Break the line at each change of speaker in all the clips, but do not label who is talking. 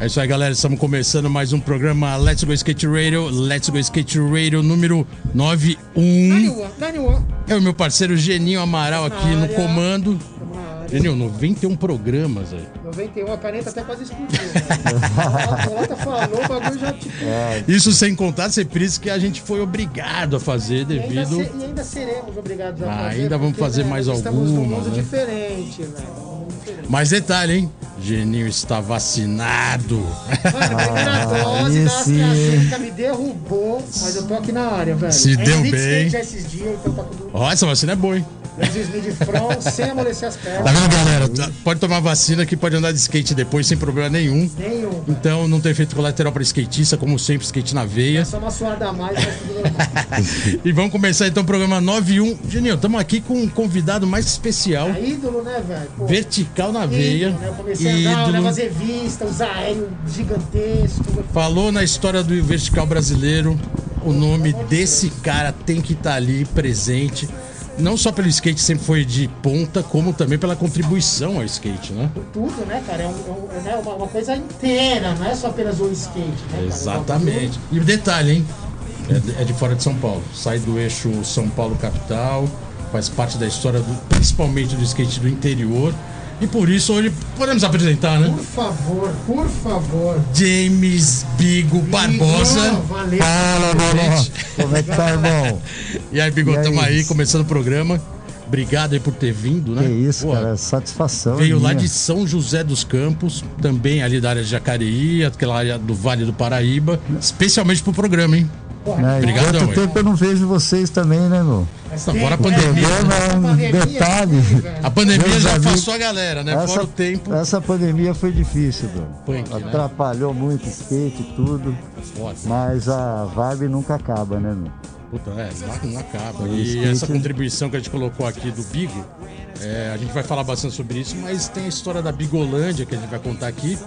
É isso aí, galera. Estamos começando mais um programa Let's Go Skate Radio. Let's Go Skate Radio número 91. É o meu parceiro Geninho Amaral aqui no
Área.
comando.
Mano,
Geninho, 91 programas aí.
91, a caneta até quase explodiu. Né? A Lota falou, o bagulho já tipo.
É.
Isso sem contar ser isso que a gente foi obrigado a fazer
E ainda,
devido.
se- e ainda seremos obrigados a
Ah,
fazer. né,
ainda vamos fazer mais
nós Estamos num
algumas,
mundo
né?
diferente, velho. Um mundo diferente.
Mas detalhe, hein? Geninho está vacinado.
Mano, a primeira dose
Ah, aí
da
sim.
AstraZeneca me derrubou, mas eu tô aqui na área, velho.
Se
Ainda
deu
vi de
bem.
skate já esses dias, então tá tudo.
Ó, essa vacina é boa, hein?
Desismi de front, sem amolecer as
Tá
pernas.
vendo, galera? Tá- Pode tomar vacina que pode andar de skate depois sem problema nenhum.
Nenhum. velho.
Então não tem efeito colateral para skatista, como sempre, skate na veia.
Só uma suada a mais, mas tudo normal.
E vamos começar então o programa 91. Geninho, estamos aqui com um convidado mais especial,
É ídolo, né, velho? Pô,
vertical na veia. um
ídolo, né? Eu comecei a andar, olhava as
Ídolo.
revistas, os aéreos gigantescos.
Falou na história do vertical brasileiro. O nome desse cara tem que estar ali presente. Não só pelo skate, sempre foi de ponta, como também pela contribuição ao skate, né?
tudo, né, cara? É, um- é um- é, né, uma, uma coisa inteira, não é só apenas o skate, né, cara?
Exatamente. E detalhe, hein? É de, é de fora de São Paulo. Sai do eixo São Paulo capital, faz parte da história do- principalmente do skate do interior. E por isso hoje podemos apresentar, né?
Por favor, por favor.
James Bigo
Não,
Barbosa.
valeu.
Fala, meu irmão. Como é que tá, irmão?
E aí, Bigo,
E aí?
tamo aí, começando o programa. Obrigado aí por ter vindo, né?
Que isso,
Pô,
cara. Satisfação. né?
Veio lá
minha.
de São José dos Campos, também ali da área de Jacareí, aquela área do Vale do Paraíba, especialmente pro programa, hein?
Né? E
Obrigadão,
Quanto
aí.
tempo eu não vejo vocês também, né, meu?
Agora a
O
pandemia.
programa é um
Pandemia,
detalhe.
A pandemia
Meus
já
amigos,
afastou a galera, né? assim, Fora o tempo.
essa É. pandemia foi difícil, Bruno.
Punk, né? É
Atrapalhou muito skate e tudo,
Foda.
mas a vibe nunca acaba, né, meu?
Puta, é, não, não acaba. E
skate-
essa contribuição que a gente colocou aqui do Bigo, é, a gente vai falar bastante sobre isso, mas tem a história da Bigolândia que a gente vai contar aqui,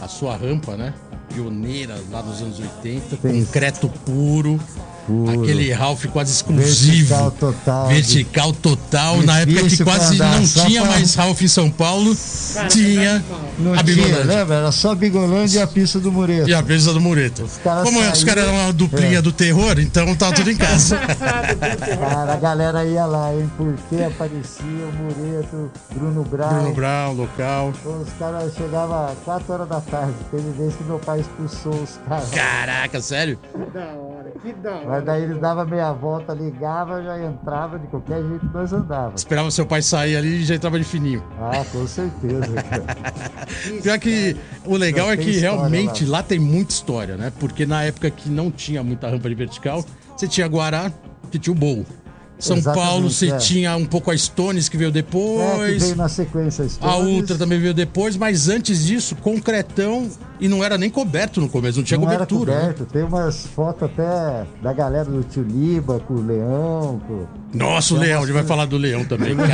a sua rampa, né? Pioneira lá nos anos 80,
Tem.
concreto puro,
Puro.
aquele Ralph quase exclusivo.
Vertical total.
Vertical total. Na
Difícil
época que
pra
quase
andar,
não
só
tinha
pra-
mais Ralph em São Paulo,
Cara,
tinha
Não
a
tinha,
Bigolândia.
lembra? Era só Bigolândia e a pista do Mureto.
E a presa do Mureta.
caras
Como é, os
saíram-
caras eram uma duplinha
É.
do terror, então tá tudo em casa.
Cara, a galera ia lá, hein? Porque aparecia o Mureto, Bruno Braga.
Bruno Brown, local.
Os caras chegavam às 4 horas da tarde. Teve vez que meu pai expulsou os caras.
Caraca, sério?
Que da hora, que da
Mas
hora.
daí eles davam meia volta, ligava, já entrava, de qualquer jeito nós andava.
Esperava seu pai sair ali e já entrava de fininho.
Ah, com certeza. cara.
Pior que o legal
Não,
é
tem
que
história
realmente lá. tem muita história, né? Porque na época que não tinha muita rampa de vertical, você tinha Guará, que tinha o Bowl. São
Exatamente,
Paulo, você
é.
tinha um pouco a Stones que veio
É, que
depois.
veio na sequência a história.
a Ultra também veio depois, mas antes disso, concretão, e não era nem coberto no começo, não tinha
Não era
cobertura. né?
coberto. Tem umas fotos até da galera do Tio Liba, com o Leão. Com...
Nossa, o Leão, a gente vai falar do Leão também, cara.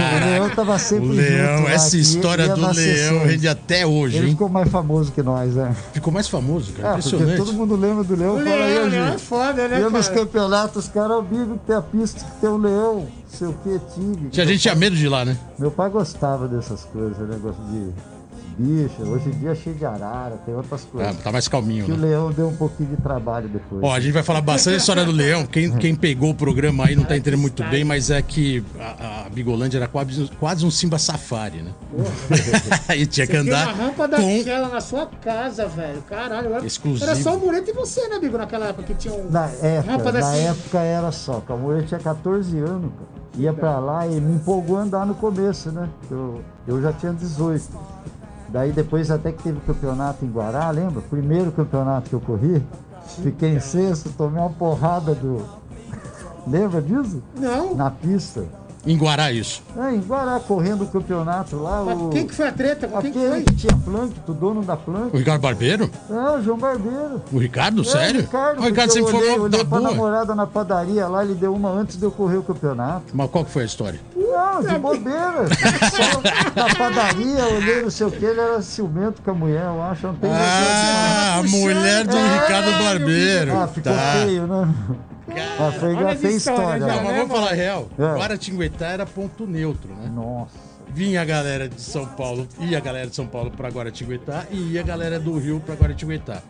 tá assim. O Leão tava sempre
O Leão,
junto lá,
essa
que
história
ia
do
nas
Leão
sessões.
rende até hoje,
Ele
hein?
ficou mais famoso que nós, né?
Ficou mais famoso, cara.
Ah, porque
Impressionante.
todo mundo lembra do Leão.
O
fala
Leão,
aí,
o Leão
gente.
é foda, né,
Eu nos
cara?
campeonatos, os caras viram que tem a pista, que tem o leão, sei o que, tigre.
Tinha gente tinha medo de ir lá, né?
Meu pai gostava dessas coisas, negócio de bicho. Hoje em dia é cheio de arara, tem outras
Ah,
coisas.
tá mais calminho,
Que o
né?
leão deu um pouquinho de trabalho depois.
Ó, a gente vai falar bastante da história do Leão.
Uhum.
Quem, quem pegou o programa aí não tá entendendo muito bem, mas é que a, a Bigolândia era quase, quase um Simba Safari, né?
Uhum.
e tinha que
Tem uma
andar
rampa
com...
daquela na sua casa, velho. Caralho. era-
Exclusivo.
Era só o Mureto e você, né, amigo? Naquela época que tinha um.
Na
rampa
época, na
dessa-
época era só, Calma, eu tinha 14 anos, cara. Ia pra lá e me empolgou a andar no começo, né? Eu, eu já tinha 18. Daí depois até que teve campeonato em Guará, lembra? Primeiro campeonato que eu corri, fiquei em sexto, tomei uma porrada do. Lembra disso?
Não,
Na pista.
Em Guará, isso.
É, em Guará, correndo o campeonato lá.
Mas
O...
Quem que foi a treta? Com Quem que
Aquele
foi?
que tinha Plankton, o dono da Plankton.
O Ricardo Barbeiro?
É, o João Barbeiro.
O Ricardo, sério?
É, o Ricardo,
o Ricardo
porque eu
sempre
olhei,
falou da
olhei pra
boa.
namorada na padaria lá, ele deu uma antes de eu correr o campeonato.
Mas qual que foi a história?
Não, de bobeira. Só na padaria, olhei não sei o que, ele era ciumento com a mulher, eu acho. Não tem
Ah, a
puxando.
mulher do
Ah,
Ricardo
meu
Barbeiro.
ah ficou
Tá.
feio, né? Ah, foi,
Olha as
tem
histórias,
história.
Não,
né?
mas vamos falar real.
É.
Guaratinguetá era ponto neutro, né?
Nossa.
Vinha a galera de São Paulo, ia a galera de São Paulo pra Guaratinguetá e ia a galera do Rio pra Guaratinguetá.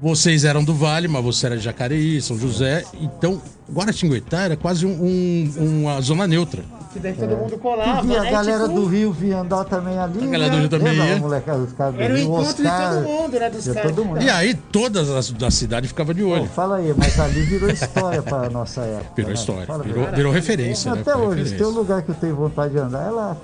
Vocês eram do Vale, mas você era de Jacareí, São José. Então, Guaratinguetá era quase um- um- uma zona neutra.
É. Que daí todo mundo
Ah,
colava.
E via
né?
a galera
Tipo,
do Rio vinha andar também ali.
é A galera do
né?
Rio também é?
Lembra,
ia.
moleque, os caras do
Era o
Rio,
encontro de
Oscar,
todo mundo, né? Dos
de
caras.
todo mundo.
E aí, todas as da cidade ficavam de
Pô,
olho.
fala aí, mas ali virou história pra nossa época.
Virou
né?
história,
Fala a
virou,
verdade.
virou referência, né?
Até
Foi
hoje, se tem um
referência.
lugar que eu tenho vontade de andar, é lá.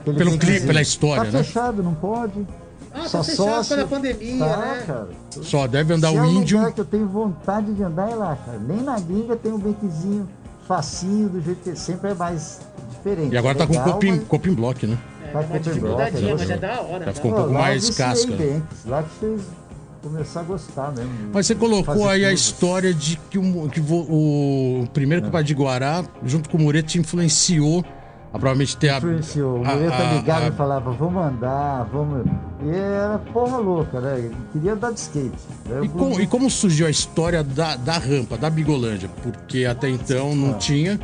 Aquele
Pelo
que
clima,
dizem,
pela história,
tá
né?
fechado, não pode.
Ah, tá
só
fechado
sócio.
pela pandemia,
Tá,
né?
cara.
Só deve andar
Se
o
é um
índio.
lugar que eu tenho vontade de andar é lá, cara. Nem na gringa tem um bequezinho facinho, do jeito que sempre é mais diferente.
E agora tá com
Legal,
copim,
mas-
copim block, né?
É,
Tá
é uma
com
dificuldadinha,
bloco,
mas é
né?
da hora.
Já
né?
ficou um
Pô,
pouco
lá eu
mais
viciei
casca.
bem, Lá que fez começar a gostar mesmo.
Mas você colocou
Fazer
aí a
tudo.
história de que, o, que vo- o primeiro campeonato de Guará, junto com o Mureta, influenciou a provavelmente ter a.
Influenciou. O
a-
Mureta
a-
ligava
a-
e falava, vamos andar, vamos. E era porra louca, né? Ele queria andar de skate. Era
E,
um
com- e como surgiu a história da, da rampa, da Bigolândia? Porque até então não tinha.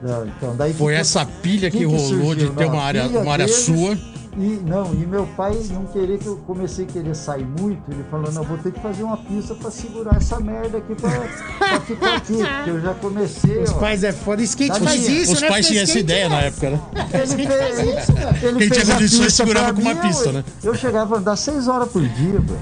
Não, Ah. então, daí
Foi
ficou-
essa pilha que
Quem que
rolou de
surgiu?
ter
Não,
uma
a
área,
filha
uma área
deles
sua.
E, não, e meu pai não queria que eu comecei a querer sair muito. Ele falou, não, vou ter que fazer uma pista pra segurar essa merda aqui pra, pra ficar aqui. Porque eu já comecei,
Os
ó.
pais é foda. Skate
Tá
faz
bem.
isso,
Os
né?
pais
Porque
tinham essa
skate
ideia
é-
na época, né?
Ele fez, ele
Quem tinha
fez a
condições
pista
segurava
pra
com uma
mim,
pista, né?
Eu chegava a andar seis horas por dia, velho.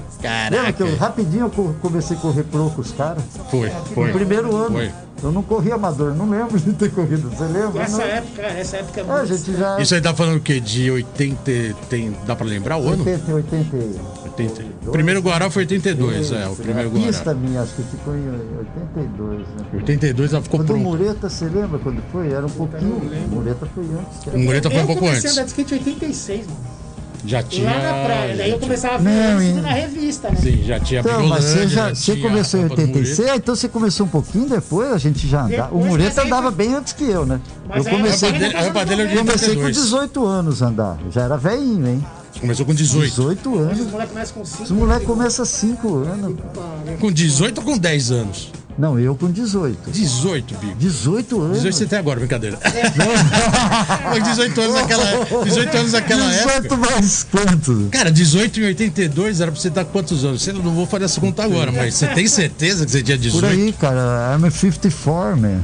Lembra que eu
Caraca.
rapidinho eu co- comecei a correr pro com os caras?
Foi, foi.
No primeiro ano.
Foi.
Eu não corri amador, não lembro de ter corrido. Você lembra?
Essa
Não.
época, essa época é
É, a
muito.
gente já...
Isso aí tá falando o quê? De 80. e- Tem, dá pra lembrar o ano?
80, 80.
80. O primeiro Guará foi 82, é, o primeiro
A pista
Guará.
minha, acho que ficou em 82, né?
82 ela ficou
Quando o
pronto.
Mureta, você lembra quando foi? Era um pouquinho. O Mureta foi antes.
O
Cara.
Mureta foi um
Eu
pouco
comecei a
antes.
andar de skate em 86, mano.
Já tinha.
Lá na praia.
né?
Daí eu começava a
Não,
ver isso
e-
na revista, né?
Sim, já tinha
Então, mas você,
Bigolândia,
já,
já
você
tinha
começou em
a Copa do
86, então você começou um pouquinho depois, a gente já andava.
Depois,
o Mureta
mas aí-
andava bem antes que eu, né?
Mas
Eu
aí-
comecei,
A rampa dele- a rampa dele é de
comecei com
82.
18 anos a andar. Já era velhinho, hein?
Começou com 18.
18
Hoje os
anos.
moleques mais com
Os
5.
moleques começam 5 anos.
Com 18 ou com 10 anos?
Não, eu com 18.
18, Bigo.
18 anos.
18 você tem agora, brincadeira. Mas 18 anos naquela, 18 anos naquela
18
época.
mais quanto?
Cara, 18 em 82 era pra você estar quantos anos? Você não vou fazer essa conta agora, mas você tem certeza que você tinha
Por
18?
aí, cara. I'm 54, man.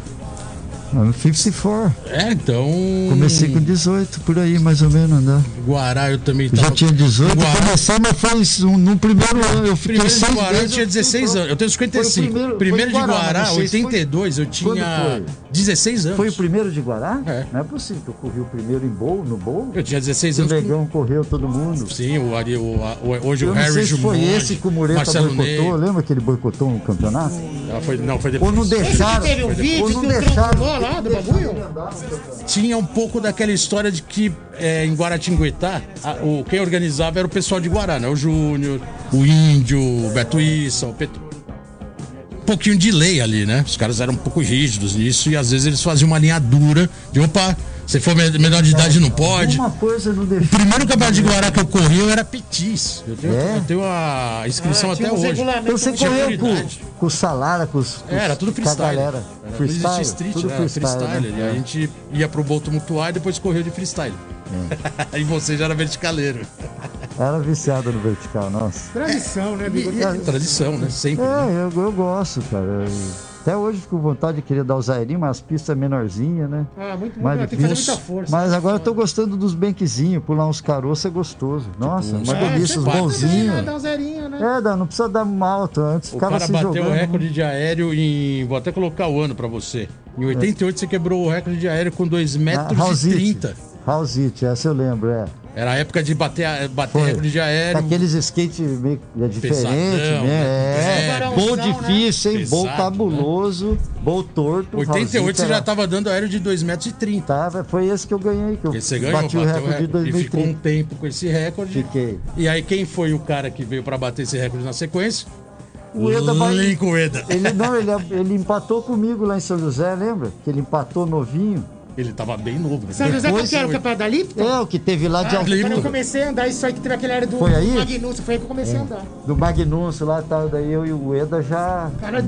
I'm 54.
É, então.
Comecei com 18, por aí mais ou menos, né?
Guará, eu também
Já
tava.
tinha 18,
Guará.
comecei, mas foi isso, no primeiro ano. Eu fiquei
Primeiro de
seis
Guará eu
meses,
tinha
fiquei
16
pro-
anos. Eu tenho 55.
Foi o
Primeiro,
primeiro- foi
de
em Guará,
Guará,
mas vocês foi-
82, eu tinha
Quando
16 anos.
Foi o primeiro de Guará?
É.
Não é possível que eu corri o primeiro em bowl, no bowl.
Eu tinha 16
O
anos.
Negão correu todo mundo.
Sim, o, Ari, o, o- hoje o
Eu não
Harry
sei se foi
Jumonte,
esse que o Mureta
Marcelo
boicotou,
Ney.
lembra que ele boicotou o campeonato?
Ah, foi- não, foi depois.
Ou não deixaram.
teve um vídeo
ou não
que o Trump
deixaram.
falou lá do bagulho?
Ele andar no campeonato.
Tinha um pouco daquela história de que é, em Guaratinguetá, a- o, quem organizava era o pessoal de Guará, né? O Júnior, o Índio, o Beto Issa, o Petro. Um pouquinho de lei ali, né? Os caras eram um pouco rígidos nisso e às vezes eles faziam uma linha dura de opa, se for me- menor de idade não pode.
Uma coisa não deixou.
O primeiro campeonato de Guará que eu corri eu era Petis. Eu tenho,
É?
eu tenho a inscrição
Ah,
até hoje.
Então você
tinha
correu
prioridade.
com, com o Salara, com os. Com
É, era tudo
com a
freestyle.
galera.
Era, não existia
Freestyle.
street,
tudo
né? era
freestyle.
freestyle.
né?
E a gente ia pro Boto Mutuar e depois correu de freestyle.
É.
e você já era verticaleiro.
Era viciado no vertical, nossa.
Tradição, né, Bigo?
Tradição, né? Sempre. né?
É, eu, eu gontado, cara. Eu- Até hoje fico com vontade de querer dar os airinhos, mas as pistas menorzinhas, né?
Ah,
É,
muito,
Mais
muito. Tem que fazer
difícil.
muita força.
Mas
né?
agora eu
Foda.
tô gostando dos benquezinhos, pular uns caroços é gostoso.
Tipo,
Nossa, uma
uns
delícia, os
patos.
bonzinhos.
Dá um zerinho, né?
É, dá- não precisa dar malta, antes
O
ficava
cara
se
bateu
jogando.
o recorde de aéreo em. Vou até colocar o ano pra você. Em 88 você quebrou o recorde de aéreo com 2
Ah,
metros e
Raulzite.
30.
Raulzite, essa eu lembro, é.
Era a época de bater, a- bater
Foi. Tá
recorde de aéreo.
Daqueles skate meio é diferente,
Pesadão, né?
né? É.
Tubarãozão,
Bom
né?
difícil, hein? Bom
Pesado, né?
cabuloso, bom torto.
88 você já tá-
tava.
tava dando aéreo de 2,30 metros.
Foi esse que eu ganhei, que eu
Porque você ganhou,
bati o recorde de
recorde. E ficou um
2030.
tempo com esse recorde.
Fiquei.
E aí quem foi o cara que veio pra bater esse recorde na sequência?
O Eda vai-
Lincoln Ueda.
Ele não, ele, ele empatou comigo lá em São José, lembra? Que ele empatou novinho.
Ele tava bem novo. né?
São José, qual
Depois
que era o
foi-
campeonato da Lipton?
É, o que teve lá de
Ah,
altura.
Quando
Lipton.
eu comecei a andar, isso aí que teve aquele área do
Foi aí?
Magnúcio, foi aí É. que eu comecei a andar.
do Magnúncio lá e tal, daí eu e o Eda já.
Cara,
empatou. Daí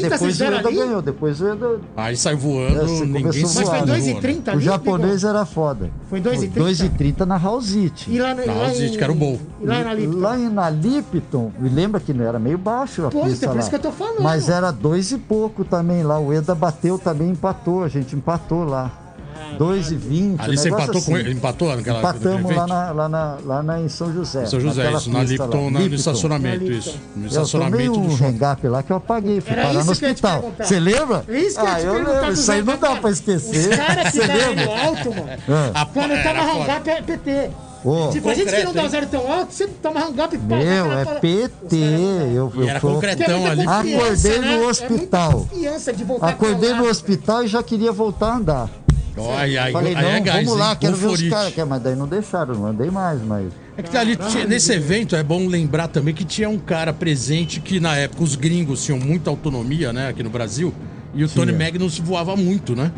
2,30
Depois o
vocês
Eda
eram ali?
ganhou, depois o Eda.
Aí saiu
É,
voando,
você
ninguém
começou
se
Mas foi
voando.
segurou,
2,30
né?
Tá ali?
O japonês era foda.
Foi 2,30?
2,30 na Raulzit.
E lá, no- e lá
Não, gente,
em-
que era o bom.
E lá na Lipton.
Lá em na Lipton, me lembra que não era meio baixo a
Pois,
pista
é por
lá.
isso que eu tô falando.
Mas era dois e pouco também lá. O Eda bateu também, empatou. A gente empatou lá.
Ah,
2,20.
Ali você
negócio
empatou
assim.
com ele? Empatou naquela
Empatamos
naquele
lá,
evento?
na, lá, na, lá na, em São José.
São José,
naquela
isso, na
pista
Lipton,
lá.
na- no
Lipton.
estacionamento,
Na
isso.
Lipton.
No
Eu tomei
estacionamento
um
do shopping.
hang-up lá que eu apaguei, fui
Era
parar
isso
no
que eu ia te
hospital.
perguntar.
Você lembra?
É Isso que
ah,
eu te
eu lembro,
perguntava.
isso aí não dá pra esquecer.
Os caras que
Você
estavam
lembra?
no alto, mano.
Ah,
Ah,
Quando eu tava
era foda.
hang-up, é PT.
ô,
Tipo, a gente que não
Concreto,
dá
hein?
o zero tão alto, sempre toma hang-up e pá.
meu,
cara,
é
fala-
PT. Eu, um
E era
eu tô-
Porque é
concretão
muita
Então, ali.
confiança,
Acordei no
É muita
hospital.
confiança de voltar
Acordei
pra
no
lá.
hospital e já queria voltar a andar.
Olha, aí,
Falei,
aí é
não,
gás,
vamos lá,
hein?
quero ver os
Gonforite.
caras. que- Mas daí não deixaram, não andei mais, mas.
É que ali, tinha- nesse evento é bom lembrar também que tinha um cara presente que na época os gringos tinham muita autonomia, né, aqui no Brasil, e o Tony
Tinha.
Magnus voava muito, né?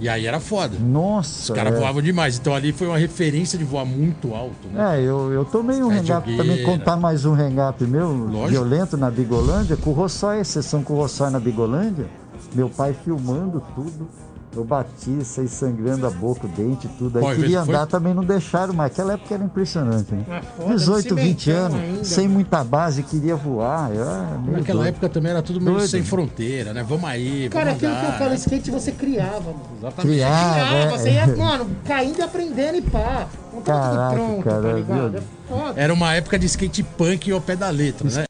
E aí era foda.
Nossa.
Os caras
é.
voavam demais. Então ali foi uma referência de voar muito alto, né?
É, eu, eu tomei um
Zé
hang up
Diogueira.
também, contar mais um hang up meu,
Lógico.
violento na Bigolândia, com o Rossói, sessão com o Rossói na Bigolândia, meu pai filmando tudo, eu bati, saí sangrando a boca, o dente, tudo, aí
Qual
queria
evento foi?
andar também, não deixaram, mas aquela época era impressionante, né?
Ah, foda,
18, 20
cimentão
anos,
ainda, né?
sem
mano.
muita base, queria voar, eu era meio
Naquela
É, doido.
época também era tudo meio
Doido.
sem fronteira, né? Vamos aí,
Cara, é
vamos
aquilo que eu
andar.
falo, skate você criava, mano.
Exatamente.
Criava,
Criava, Tá você ia,
é.
mano, caindo e aprendendo e pá. Não tava
Caraca,
tudo pronto,
cara,
tá ligado?
viu?
É foda.
Era uma época de skate punk ao pé da letra, né?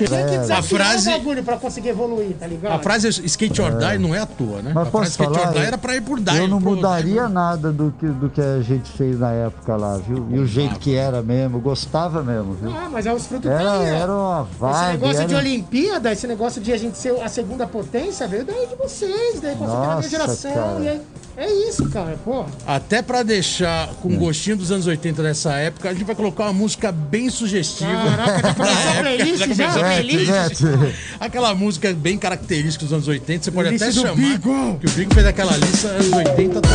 É.
Tinha que desafiar
A frase-
o um bagulho pra conseguir evoluir, tá ligado?
A frase skate or die não é à toa, né?
Mas
a frase
posso
skate
falar?
or die era pra ir por die. né?
Eu não
pro-
né?
mudaria nada do que, do que a gente fez na época lá, viu? E o jeito que era mesmo, gostava mesmo, viu?
Ah, mas é os frutos
Era,
daí, ó.
era uma
Esse
vibe.
negócio
era-
de Olimpíada, esse negócio de a gente ser a segunda potência, veio daí de vocês, daí com certeza da minha
Nossa,
geração.
cara.
E aí, é isso, cara, porra.
Até pra deixar com gostinho dos anos 80 dessa época, a gente vai colocar uma música bem sugestiva.
Caraca, já começou a playlist, já?
começou a
É,
playlist.
Ivete.
Aquela música bem característica dos anos 80, você pode
Lista
até
do
chamar
Bigo.
que o Bigo fez aquela lista anos 80 do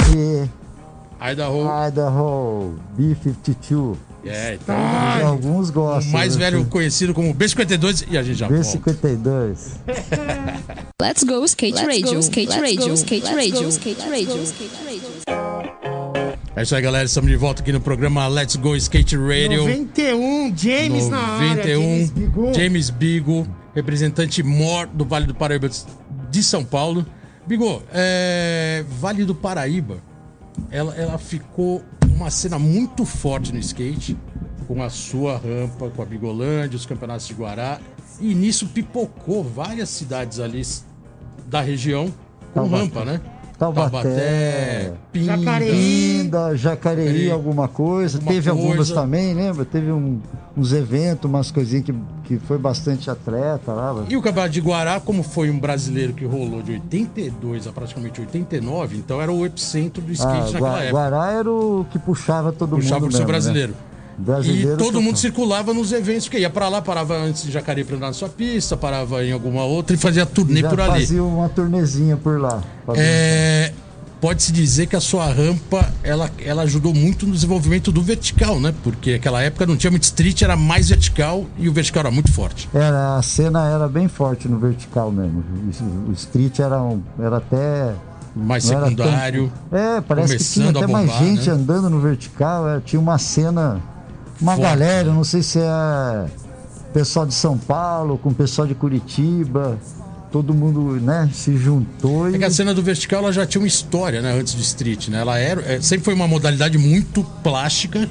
Pode.
Idaho.
Idaho
B-52. É, então,
Que alguns
o
gostam.
mais
né?
velho conhecido como B52 e a gente já volta.
B52.
Let's go skate radio.
go skate
Let's
radio.
Go skate
Let's
radio.
go skate radio.
É isso aí, galera. Estamos de volta aqui no programa Let's Go Skate Radio.
91, James na área, James
91,
Bigon.
James Bigo, representante mor do Vale do Paraíba de São Paulo. Bigo, é, Vale do Paraíba, ela, ela ficou uma cena muito forte no skate, com a sua rampa, com a Bigolândia, os campeonatos de Guará, e nisso pipocou várias cidades ali s- da região com
Taubaté.
rampa, né?
Taubaté.
Pinda,
Jacareí.
Ainda, Jacareí,
Jacareí.
alguma coisa.
Alguma
Teve algumas
coisa.
também, lembra? Teve um- uns eventos, umas coisinhas que, que foi bastante atleta lá.
E o Campeonato de Guará, como foi um brasileiro que rolou de 82 a praticamente 89, então era o epicentro do skate
Ah,
naquela
Gua-
é época.
Guará era o que puxava todo
Puxava
mundo.
pro seu
mesmo, né?
brasileiro.
Brasileiro
e todo
que-
mundo circulava nos eventos, que ia pra lá, parava antes em Jacareí pra andar na sua pista, parava em alguma outra e fazia turnê
já
por ali.
Fazia uma turnezinha por lá.
É, Pode-se dizer que a sua rampa ela, ela ajudou muito no desenvolvimento do vertical, né? Porque naquela época não tinha muito street, era mais vertical e o vertical era muito forte.
Era, a cena era bem forte no vertical mesmo. O- O street era, um, era até.
Mais
não era
secundário.
tanto- é, parece que tinha
começando a
até mais
bombar,
gente
né?
andando no vertical. é, tinha uma cena. Uma
Forte.
galera, não sei se é pessoal de São Paulo, com pessoal de Curitiba. Todo mundo, né, se juntou
É
e.
que a cena do vertical ela já tinha uma história, né? Antes do street, né? Ela era, é, sempre foi uma modalidade muito plástica,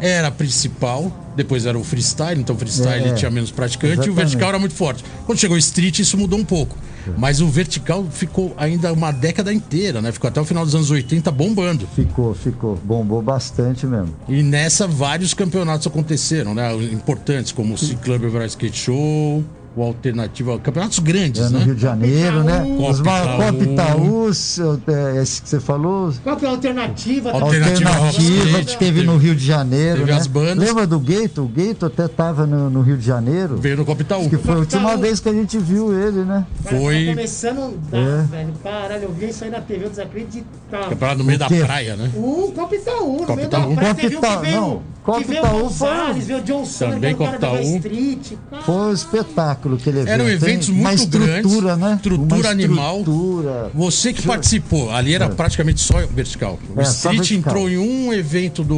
era a principal. Depois era o freestyle, então o freestyle
É,
tinha menos praticante e o
exatamente. É.
vertical era muito forte. Quando chegou o street, isso mudou um pouco. Mas o vertical ficou ainda uma década inteira, né? Ficou até o final dos anos 80 bombando.
Ficou, ficou. Bombou bastante mesmo.
E nessa, vários campeonatos aconteceram, né? Importantes, como o C Club Overall Skate Show, o Alternativa. Campeonatos grandes,
É, no
né?
Rio de Janeiro, né?
Copa
Os ma-
Itaú.
Copa Itaú, seu- é, esse que você falou,
Qual que é a alternativa?
Alternativa.
alternativa
Rock
que
Skate,
teve no Rio de Janeiro.
teve
né?
as bandas.
Lembra do Gato? O Gato até tava no, no Rio de Janeiro.
Veio no Copa Itaú.
Que foi a última
Itaú.
vez que a gente viu ele, né?
Cara,
Foi-
Tá começando a andar,
É.
velho. Caralho, eu vi isso aí na TV, eu desacreditava.
Campeonato no meio da
O quê?
praia, né?
O Copa Itaú, no
Copa
meio
Itaú.
da praia,
Copa
teve um que
Itaú,
veio,
não. Copa
que veio
Itaú
o Gonzalez,
foi-
veio o John Cena,
Também
veio o cara
Copa
do
Itaú.
Street.
Foi um espetáculo que ele
Eram eventos muito
Uma estrutura,
grandes,
né?
estrutura
Uma
animal.
Estrutura.
Você que participou, ali era praticamente só vertical. O
É, só
Street
vertical.
entrou em um evento do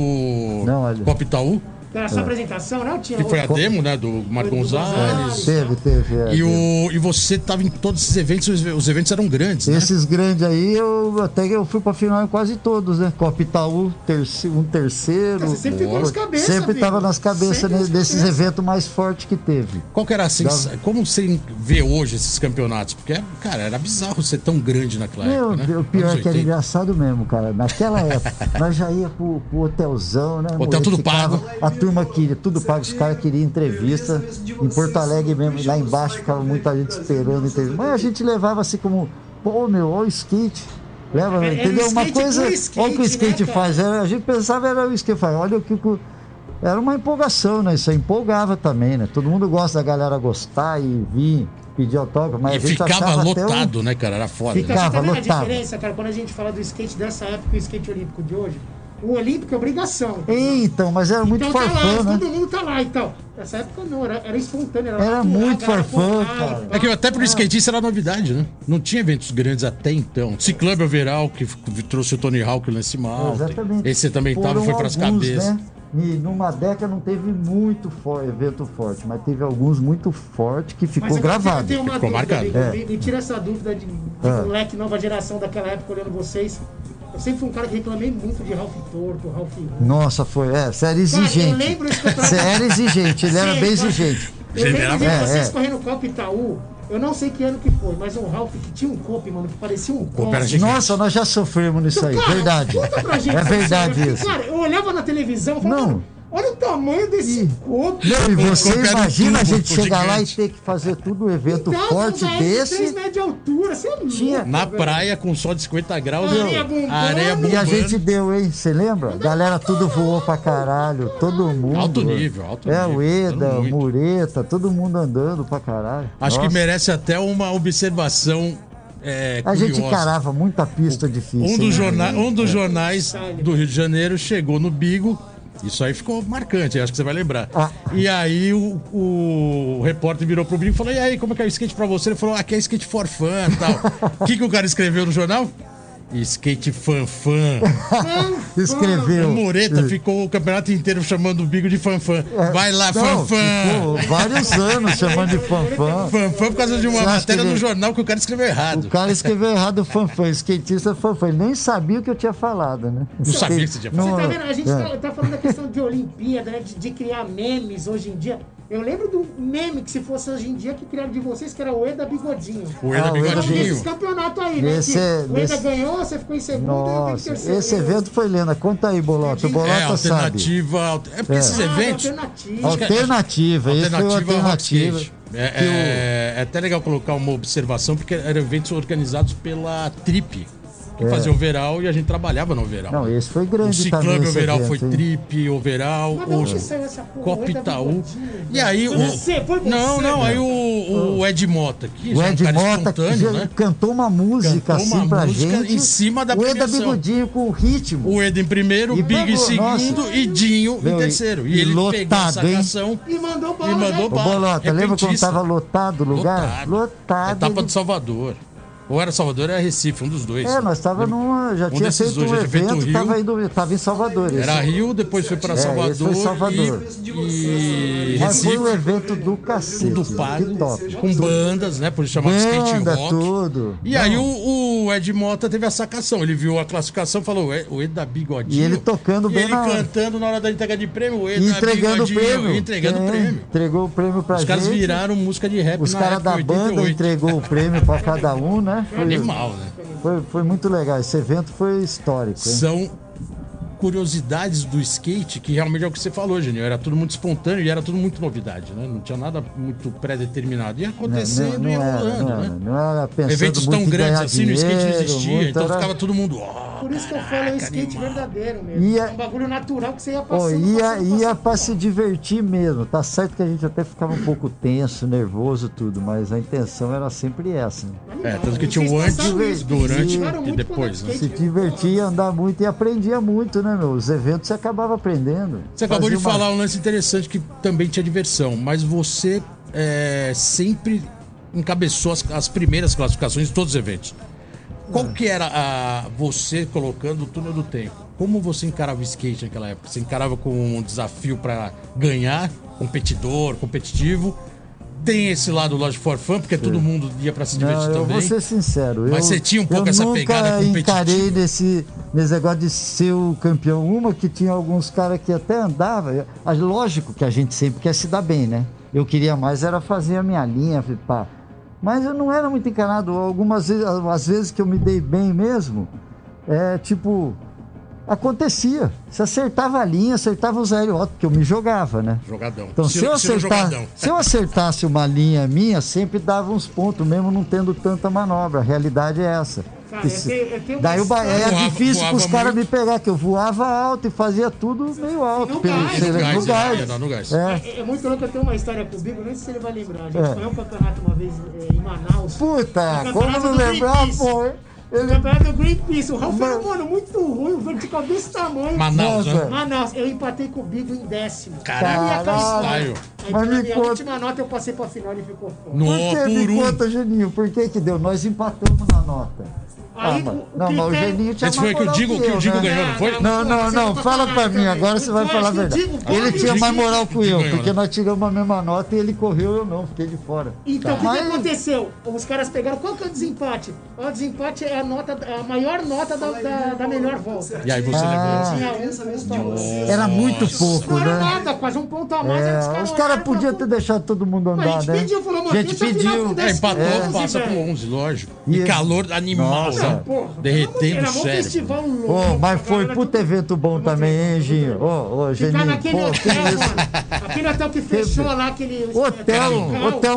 Não, olha.
Copa Itaú,
Era
É.
sua apresentação, não? Tinha
que foi a
outro.
demo, né? Do Marco
Foi do
Gonzalez.
Gonzalez.
Teve, teve. é,
E,
teve.
o, e você tava em todos esses eventos, os, os eventos eram grandes, né?
Esses grandes aí, eu até que eu fui pra final em quase todos, né? Copa Itaú, terce- um terceiro.
Você sempre ficou nas cabeças,
Sempre
filho.
tava nas cabeças
Sempre nas
desses
cabeças.
eventos mais fortes que teve.
Qual que era a sensação? Como você vê hoje esses campeonatos? Porque, cara, era bizarro ser tão grande naquela
Meu,
época. né?
o pior é
Anos
que era
80.
engraçado mesmo, cara. Naquela época, nós já ia pro, pro hotelzão, né?
Hotel
moleque?
tudo
Ficava-
pago.
A turma queria tudo pago, os caras queriam entrevista. Em Porto Alegre mesmo, lá embaixo ficava muita gente esperando entrevista. Mas a gente levava assim como, pô, meu, olha o skate. Leva,
Era- era
entendeu?
É, o
Uma
skate
coisa.
pro
olha o que
skate, né,
o skate
cara?
faz. Era- a gente pensava era o skate faz. Olha o que. o- Era uma empolgação, né? Isso aí empolgava também, né? Todo mundo gosta da galera gostar e vir pedir autógrafo, mas
E
a gente
ficava
achava até um-
lotado, né, cara? Era foda.
Fica-
né?
Cara,
Ficava
tá vendo a
lotado.
diferença, cara? Quando a gente fala do skate dessa época e o skate olímpico de hoje, o olímpico é obrigação.
Ei, Então, mas era muito
então tá
farfã,
lá,
né?
todo mundo tá lá, então. Nessa época não, era, era espontâneo. Era,
Era
natural,
muito
era
farfã,
natural,
cara.
tal.
É que até pro skatista era novidade, né? Não tinha eventos grandes até então. Ciclame Overall, que f- trouxe o Tony Hawk e o Lance Mountain.
Exatamente.
Esse também tava,
Foram
foi pras
alguns,
cabeças.
né? E numa década não teve muito fo- evento forte, mas teve alguns muito forte que ficou
Mas agora
gravado.
eu tenho uma
Ficou
dúvida,
marcado.
Vitor, Me, me tira essa dúvida de, de
Ah.
moleque nova geração daquela época olhando vocês. Eu sempre fui um cara que reclamei muito de Ralph Torto, Ralph Russo.
Nossa, foi. É, você era
eu
exigente.
lembro esse campeonato.
Você era exigente, ele era
Sim,
bem
cara.
exigente.
Eu
Ele era
lembro de
bom.
vocês
É, é.
correndo Copa Itaú. Eu não sei que ano que foi, mas um Ralph que tinha um copo, mano, que parecia um copo.
era gigante.
Nossa, nós já sofremos nisso aí,
Então, Cara,
verdade.
Conta pra gente
É
essa
verdade
história.
isso.
Cara, eu olhava na televisão e falava,
Não.
olha o tamanho desse copo.
Não, e você
corpo era um
imagina a
tubo,
gente
ficou
chegar lá e
gigante.
ter que fazer tudo um evento
Então,
forte
velho, três
desse.
metros de altura, você é louco,
Tinha-
Na
velho.
praia, com sol de 50 graus, meu,
Areia bombando.
areia
E a
bombando.
gente deu, hein? Você lembra? Galera, tudo voou pra caralho. Todo mundo.
Alto nível, alto
É, o
nível,
Eda,
andando muito.
Mureta, todo mundo andando pra caralho.
Acho que
Nossa.
merece até uma observação é,
A gente
curiosa.
encarava muita pista difícil. né?
Um dos,
hein?
jorna- um
É.
dos jornais do Rio de Janeiro chegou no Bigo. Isso aí ficou marcante, acho que você vai lembrar.
Ah.
E aí o, o repórter virou pro Bigo e falou: E aí, como é que é o skate pra você? Ele falou: Aqui é skate for fun e tal. O que, que o cara escreveu no jornal? Skate fanfan. O
Escreveu.
Moreta ficou o campeonato inteiro chamando o Bigo de fanfan. Vai lá,
É. Não,
fanfan.
ficou vários anos chamando de fanfã.
Fanfan por causa de uma
Você acha
matéria
que
no
ele-
jornal que o cara escreveu errado.
né? O cara escreveu errado fanfã, skatista fanfã. Ele nem sabia o que eu tinha falado, né?
Não sabia o que você tinha falado.
Não,
Você tá vendo? A gente
é.
tá, tá falando da questão de Olimpíada, né? de, de criar memes hoje em dia. Eu lembro do meme que se fosse hoje em dia que criaram de vocês, que era o Eda Bigodinho.
O Eda
Ah, o Eda
Era um
Bigodinho.
desses campeonatos aí, né?
Esse
que
é-
o Eda
esse-
ganhou, você ficou em segundo, eu fiquei em
Nossa,
terceiro.
esse evento foi lenda. Conta aí, Bolota. O
É,
Bolota sabe.
alternativa. alter- É porque esses
Ah,
eventos.
alternativa.
Alternativa, esse foi o
é- Alternativa ao rock
é alternativa.
skate. É, é- é até legal colocar uma observação, porque eram eventos organizados pela Trip, que
É.
fazia overall e a gente trabalhava no overall.
Não, esse foi
o
grande também.
Ciclame
esse
overall
evento,
foi
hein?
Trip, overall,
Mas de onde
o
saiu essa porra?
Copa
O Eda
Itaú.
Bigodinho,
E aí
velho?
o.
Foi você, foi você.
não, não,
velho.
aí o, o Ed Mota, que
Ah. O
já é um
Ed
cara
Mota que
espontâneo,
já
né?
cantou uma música
Cantou uma
assim pra
música
gente.
em cima da
O Eda
premiação.
Bigodinho com o ritmo.
O Ed em primeiro,
E
o Big em
pegou, nossa.
segundo e Dinho
Meu,
em
e-
terceiro. E,
e
ele pegou a
lotado, hein?
sacação.
E mandou bala. né?
E mandou
Ô,
bala.
Bolota, lembra quando
repentista.
tava lotado o lugar?
é Lotado.
Lotado.
Etapa
ele-
de Salvador. Ou era Salvador ou era Recife, um dos dois.
É, nós tava numa. Já
Um
tinha
desses
feito
dois,
um
já tinha feito
evento,
Rio.
tava, indo, tava em Salvador. esse.
Era Rio, depois foi para
É, esse foi
Salvador,
Salvador.
e, e
Mas foi um
Recife,
evento do cacete.
tudo pago,
Que top.
com bandas, né, por isso chamava skate
Banda,
rock.
tudo.
E aí o, o Ed Mota teve a sacação, ele viu a classificação e falou, "Ué, o Ed da Bigodinho.
E ele tocando
E
bem
ele
na hora.
cantando na hora da entrega de prêmio, o Ed
E
da
entregando o
Bigodinho,
prêmio.
e entregando o
É,
prêmio.
Entregou o prêmio pra
Os
gente.
caras viraram música de rap
Os
na
caras
época,
da
em
banda
88.
entregou o prêmio pra cada um, né? Foi,
Animal, né?
foi, foi muito legal. Esse evento foi histórico. hein?
são curiosidades do skate que realmente é o que você falou, Genio. Era tudo muito espontâneo e era tudo muito novidade, né? Não tinha nada muito pré-determinado. Ia acontecendo e ia
era,
rolando,
não, era,
né?
não era pensando
Eventos
muito
tão
em
grandes
ganhar
assim, no skate não
dinheiro,
existia,
muito né?
então
era-
ficava todo mundo. ó,
Por isso que eu falo, é o
caraca,
skate
animal.
verdadeiro mesmo.
E a-
É um bagulho natural que você ia
Ó,
passando.
ia
passando,
ia
passando.
para se divertir mesmo. Tá certo que a gente até ficava um pouco tenso, nervoso, tudo, mas a intenção era sempre essa. né?
É, tanto que tinha o
Vocês
antes,
passaram isso, vocês
durante
tiveram
e
muito
depois, né?
quando
Se
skate, né?
divertia, andar muito e aprendia muito, né, meu? Os eventos você acabava aprendendo.
Você acabou
Fazia
de
uma-
falar um lance interessante que também tinha diversão, mas você é, sempre encabeçou as, as primeiras classificações de todos os eventos. Qual
É.
que era a, você colocando o túnel do tempo? Como você encarava o skate naquela época? Você encarava como um desafio para ganhar, competidor, competitivo? Tem esse lado lógico for fun, porque todo mundo ia para se divertir
Não, eu
também.
vou ser sincero.
Mas
eu,
você tinha um pouco
eu
essa
nunca
pegada competitiva?
encarei nesse, nesse negócio de ser o campeão. Uma que tinha alguns caras que até andava. Mas Lógico que a gente sempre quer se dar bem, né? Eu queria mais era fazer a minha linha, pá. Mas eu não era muito encanado. Algumas vezes, às vezes que eu me dei bem mesmo, é tipo. Acontecia. Você acertava a linha, acertava os aerótipos, que eu me jogava, né?
Jogadão.
Então, se, eu
Ciro- Ciro
acertar-
jogadão.
se eu acertasse uma linha minha, sempre dava uns pontos, mesmo não tendo tanta manobra. A realidade é essa.
Cara,
Que
eu
se-
tenho- eu tenho uma
Daí o ba-
história.
era
Voava-
difícil
voava
pros caras me
muito.
pegar, que eu voava alto e fazia tudo meio alto.
No gás,
sei lá,
no
no
gás,
gás.
é, no gás.
É.
É, é muito louco, eu tenho uma história com o Bigo, nem sei se ele vai lembrar. A gente
É.
foi a um campeonato uma vez é, em Manaus.
Puta,
No
como
campeonato
não
do
lembrar,
Greenpeace.
pô.
O
Ele...
campeonato do Greenpeace. O Ralf era,
Mas-
mano, muito ruim, um vertical desse tamanho.
Manaus,
Nossa.
né?
Manaus, eu empatei com o Bigo em décimo.
Caraca,
Caralho.
style.
Aí,
Mas
pela
me
minha
conta,
última nota eu passei pra final e ficou fora.
No,
por que me
por um.
conta, Geninho? Por que que deu? Nós empatamos na nota.
Aí,
ah,
o-
mano.
o É,
Não, mas o
critério-
Geninho tinha
Esse
mais
foi que o
moral
Digo- que o
eu,
Digo
né?
ganhou. não foi?
Não, não, não, fala pra mim, agora
Então,
você vai falar a verdade. Ele tinha mais moral que eu,
ganhou,
porque
né?
nós tiramos a mesma nota e ele correu, eu não, fiquei de fora.
Então, o que, que
Mas-
aconteceu? Os caras pegaram. Qual que é o desempate? O desempate é a, nota, a maior nota da, da, da melhor volta.
E aí você
Ah.
Tinha um,
Era muito pouco,
não era
né?
nada, quase um ponto a mais.
É,
aí
os
olharam
caras
e
podiam
falaram,
ter deixado todo mundo
Mas
andar,
a gente
né?
pediu, falou, mano,
A gente
deixa eu final
pediu.
com
É, empatou,
É.
passa pro 11, lógico. E,
E-
calor animal,
Nossa.
né?
Não,
Porra,
Derretendo
era
o
mó
cérebro.
festival louco.
Ô, mas
a
foi
galera
puta
tudo-
evento bom também, hein, Ginho? Ô,
Ficar
ô, Geninho,
naquele
pô, que
hotel, tá
isso?
mano. Aquele hotel que fechou lá, aquele...
Hotel, hotel
meio da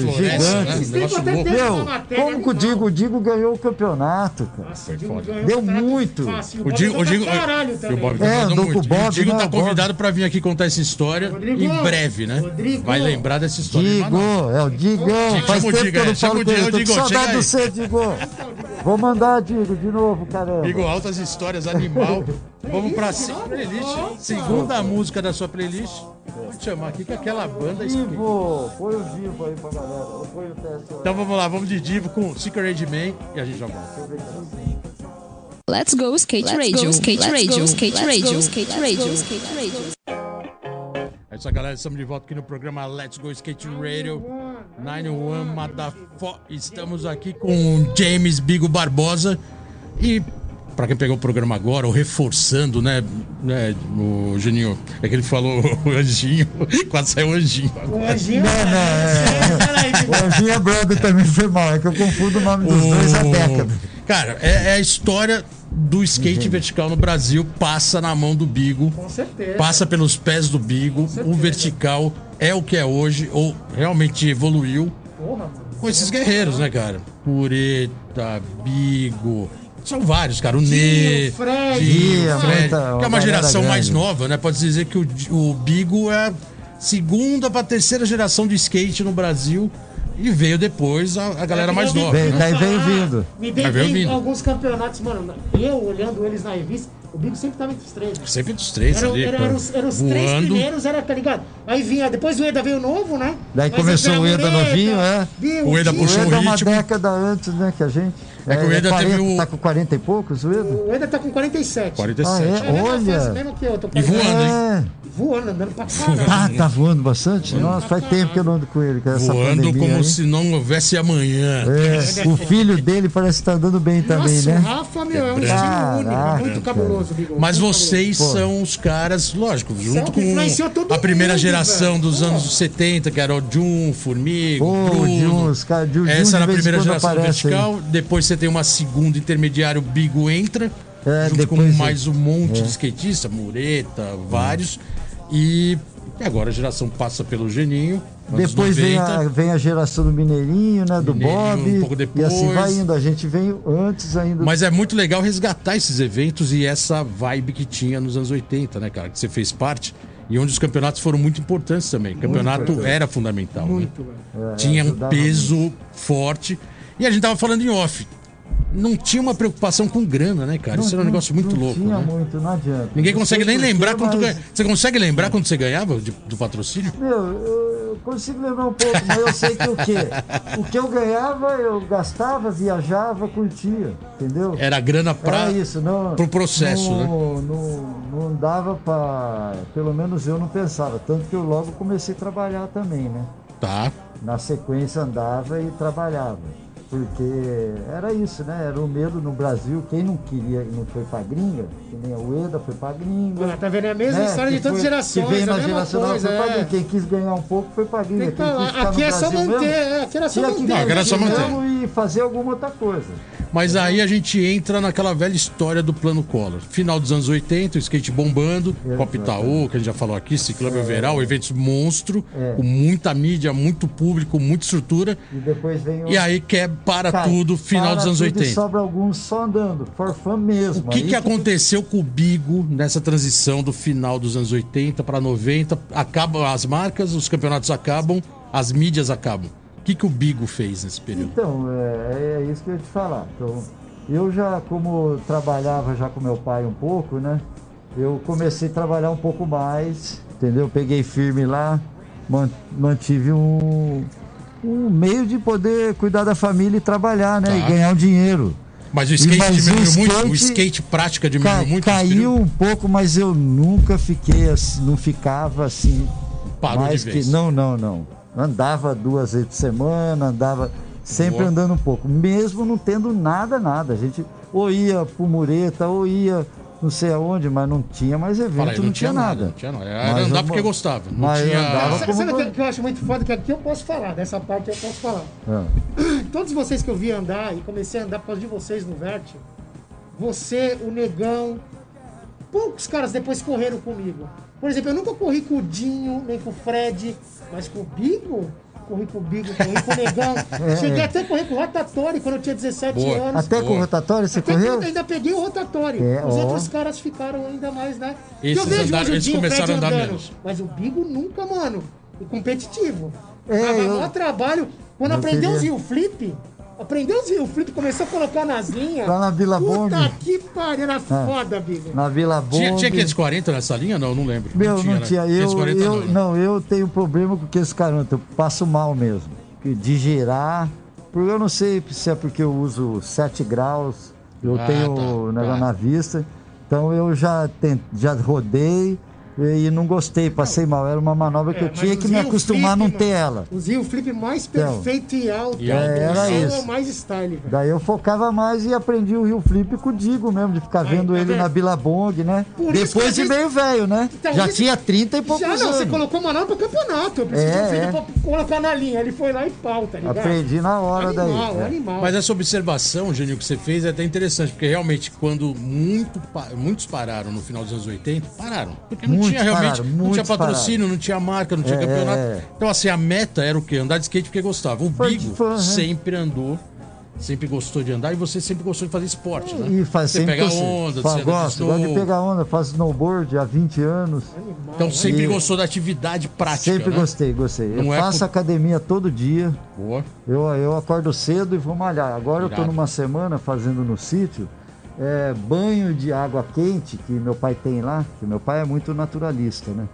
floresta,
gigante.
né? Negócio louco.
Meu, como que o Digo, o Digo ganhou o campeonato, cara.
Foi
foda.
Deu muito.
O Digo, o Digo,
Caralho
o
também.
Bob
É,
tá
andou com o Bob,
o Digo
né,
tá
o Bob.
convidado pra vir aqui contar essa história
Rodrigo,
em breve, né?
Rodrigo.
Vai lembrar dessa história. em
Digo,
Manaus.
é o Digão.
Chama
Faz
o
tempo
Diga
que eu
aí,
não
chama
falo
o
com
Diga,
ele. Tô com
Digão, chega
saudade
aí.
do seu, Digo. Vou mandar, Digo, de novo, caramba.
Digo, altas histórias, animal. Vamos pra se- playlist. Segunda música da sua playlist. Vou te chamar aqui que é aquela banda. esquece.
Vivo, põe o vivo aí pra galera. Ou põe o teste.
Então vamos lá, vamos de Divo com Secret Man e a gente já volta.
Let's go skate radio. skate radio. skate radio. skate radio.
É isso aí, galera. Estamos de volta aqui no programa Let's Go Skate Radio 91 Madafó. Estamos aqui com o James Bigo Barbosa. E para quem pegou o programa agora, ou reforçando, né, né, o Juninho, é que ele falou o anjinho, quase saiu o anjinho.
O Anjinho...
Não, não, é.
Peraí, Bigo.
O Anjinho é brother também foi mal. É que eu confundo o nome dos dois há
O-
década.
Cara, é, é a história do skate vertical no Brasil passa na mão do Bigo.
Com certeza.
passa pelos pés do Bigo, o vertical é o que é hoje, ou realmente evoluiu
Porra, mano.
com esses guerreiros, né, cara? Pureta, Bigo. São vários, cara. O Nê,
Fred.
Dinho,
Dinho,
Fred,
muita-
que é
uma
uma
galera
geração mais
grande.
nova, né? Pode dizer que o, o Bigo é a segunda pra terceira geração de skate no Brasil e veio depois a, a galera mais
Eu me
nova.
É, Veio,
Né?
daí veio
falar,
vindo.
Me dei
Mas veio
bem em
vindo.
alguns campeonatos, mano. Eu olhando eles na revista, O Bigo sempre tava entre os três. né?
Sempre dos três
Era,
ali,
era,
pô,
era os, era os três
voando.
primeiros, era, tá ligado? Aí vinha, depois o Eda veio novo, né?
Daí
Mas
começou
entrava
o Eda novinho, é.
Bigo,
O Eda
O
Dinho.
puxou
Eda é uma
ritmo.
década antes, né, que a gente.
É que o Eda teve o-
Tá com 40 e poucos, o Eda?
O Eda tá com 47.
47.
É
Ah,
a mesma
Olha!
fase mesmo que eu, tô
E voando.
É.
Voando, andando pra caralho.
Ah, tá voando bastante? Nossa, faz tempo que eu não ando com ele, com essa
Voando
pandemia,
como
hein?
se não houvesse amanhã.
É, o filho dele parece que tá andando bem também,
Nossa,
né?
o Rafa, meu, é um estilo
Caraca,
único, muito
cara.
cabuloso, Bigo.
Mas
muito
vocês são os caras, lógico, junto com
influenciou todo
a primeira
mundo,
geração
velho.
dos anos 70, que era o Jun, Formiga,
Ô,
Bruno.
o Jun, os caras- o Jun de
Essa era a
vez em
primeira
quando
geração
aparece aí.
vertical. Depois você tem uma segunda intermediária, o Bigo entra.
É,
junto
depois-
com mais um monte de skatista, Mureta, vários. E agora a geração passa pelo Geninho. anos
Depois vem
90.
a, vem a geração do Mineirinho, né? Do
Mineirinho,
Bob.
um pouco depois.
E assim vai indo. A gente veio antes ainda.
Mas é muito legal resgatar esses eventos e essa vibe que tinha nos anos 80, né, cara? Que você fez parte. E onde os campeonatos foram muito importantes também. campeonato era fundamental. né?
Muito, velho.
tinha um
É, ajudava
peso forte. E a gente tava falando em off. Não tinha uma preocupação com grana, né, cara?
Não-
Isso era um
não-
negócio muito
não
louco.
Tinha
né?
muito, não adianta.
Ninguém
Não
consegue
sei
nem
porquê,
lembrar quanto
mas,
ganha. Você consegue lembrar quanto você ganhava de- do patrocínio?
Meu, eu eu consigo lembrar um pouco, mas eu sei que o quê? O que eu ganhava, eu gastava, viajava, curtia, entendeu?
Era grana pra.
Era isso, não.
pro processo,
não, né? Não, não dava pra. Pelo menos eu não pensava. Tanto que eu logo comecei a trabalhar também, né?
Tá.
na sequência andava e trabalhava. Porque era isso, né? Era o medo no Brasil, quem não queria e não foi pra gringa, que nem o Eda foi pra gringa.
Ah, Tá vendo? É a mesma
né?
história
Que
de tantas
foi-
gerações,
Que veio
é a
na
mesma
geracional
coisa,
foi pra
é.
gringa. Quem quis ganhar um pouco foi pra gringa.
Tem que
quem
falar.
quis ficar
Aqui
no
é só
Brasil
manter,
mesmo,
é, aqui era só
tinha que
manter.
ficar
Aqui era só
aqui
manter.
mesmo E fazer alguma outra coisa.
Mas
Uhum.
aí a gente entra naquela velha história do plano Collor. Final dos anos 80, o skate bombando, Copa Itaú, que a gente já falou aqui, Ciclame Overall, eventos monstro,
É.
com muita mídia, muito público, muita estrutura.
E depois vem o.
E aí que é para
Cai,
tudo, final
Tá, para
dos anos
tudo e
80.
Sobra alguns só andando, forfã
O
mesmo.
que,
Aí
que aconteceu com o Bigo nessa transição do final dos anos 80 para 90? Acabam as marcas, os campeonatos acabam, as mídias acabam. O que, que o Bigo fez nesse período?
Então, é, é isso que eu ia te falar. Então, eu já, como trabalhava já com meu pai um pouco, né? Eu comecei a trabalhar um pouco mais, entendeu? Peguei firme lá, man- mantive um, um meio de poder cuidar da família e trabalhar, né?
Tá.
E ganhar um dinheiro.
Mas o skate
Mas o
diminuiu muito, o
skate-
skate prática diminuiu
Ca-
muito. nesse
caiu
período?
um pouco, mas eu nunca fiquei assim, não ficava assim.
Parou
mais
de vez.
Que, não, não, não. Andava duas vezes por semana, andava sempre
Boa.
andando um pouco, mesmo não tendo nada, nada. A gente ou ia pro Mureta, ou ia não sei aonde, mas não tinha mais evento,
Fala aí,
não, tinha nada.
não tinha nada. Era
Mas
andar
eu-
porque gostava, não
mas eu
tinha-
andava
Sabe,
como-
sabe o que- que eu acho muito foda? Que aqui eu posso falar, dessa parte eu posso falar.
Ah,
Todos vocês que eu vi andar e comecei a andar por causa de vocês no Vert, você, o Negão, poucos caras depois correram comigo. Por exemplo, eu nunca corri com o Dinho, nem com o Fred, mas com o Bigo, corri com o Bigo, corri com o Negão. Cheguei até a correr com o Ratatori quando eu tinha 17
Boa.
anos.
Até com
Boa.
o rotatório você
Até que
correu?
eu ainda peguei o rotatório.
É,
Os
ó.
outros caras ficaram ainda mais, né?
Esses
eu vejo
andaram-
hoje o
eles
Dinho, o Fred
começaram a andar
andando,
menos.
Mas o Bigo nunca, mano. O competitivo.
É,
Dava
eu-
maior trabalho. Quando
Eu
aprendeu os
queria-
heel flip, aprendeu os heel flip, começou a colocar nas linhas.
Lá na Vila
Puta
Bombe. É.
que pariu, era foda, Bigo.
Na Vila
Tinha,
Boa.
tinha 540 nessa linha? Não, não lembro.
Meu, não tinha.
né?
Eu,
540
eu,
não, né?
não, eu tenho problema com esse caramba. Eu passo mal mesmo. Que Digerar. Porque eu não sei se é porque eu uso 7 graus, eu
Ah,
tenho
tá,
o negócio
tá.
na vista. Então eu já, ten- já rodei e, e não gostei, passei mal. Era uma manobra que
É,
eu
mas
tinha
os
que me
heel
acostumar a
flip,
não
mano,
ter ela.
Os heel flip mais
Então.
perfeito e alto.
E alto.
É, era
Só
isso.
mais style, velho.
Daí eu focava mais e aprendi o Rio Flip com o Digo mesmo, de ficar vendo
tá
ele
vendo?
na Bilabong, né?
Por isso que a
Depois de
gente-
meio velho, né?
Então,
já
isso-
tinha 30 e poucos
Já não,
anos.
você colocou uma nota pro campeonato. Eu preciso
Um É,
de um filho
é.
pra colocar na linha. Ele foi lá e pau, tá ligado?
Aprendi na hora
Animal,
daí. né?
animal.
Mas é essa observação, Genil, que você fez é até interessante, porque realmente quando muito pa- muitos pararam no final dos anos 80, pararam. Porque não
Muitos
tinha realmente,
pararam,
não tinha
muitos
patrocínio, não tinha marca, não tinha
É,
campeonato.
é.
Então, assim, a meta era o quê? Andar de skate porque gostava. O
Foi-
Bigo
foi, né?
sempre andou. Sempre gostou de andar e você sempre gostou de fazer esporte, né?
E faz
você
sempre
pega
assim.
onda,
Fala,
você anda de
gosto, gosto de
snow.
pegar onda, faço snowboard há 20 anos.
Então sempre
E-
gostou da atividade prática,
sempre
né?
gostei, gostei.
Não
eu
é
faço
por-
academia todo dia.
Boa.
Eu, eu acordo cedo e vou malhar. Agora eu
Irado.
tô numa semana fazendo no sítio. é, banho de água quente que meu pai tem lá, que meu pai é muito naturalista, né?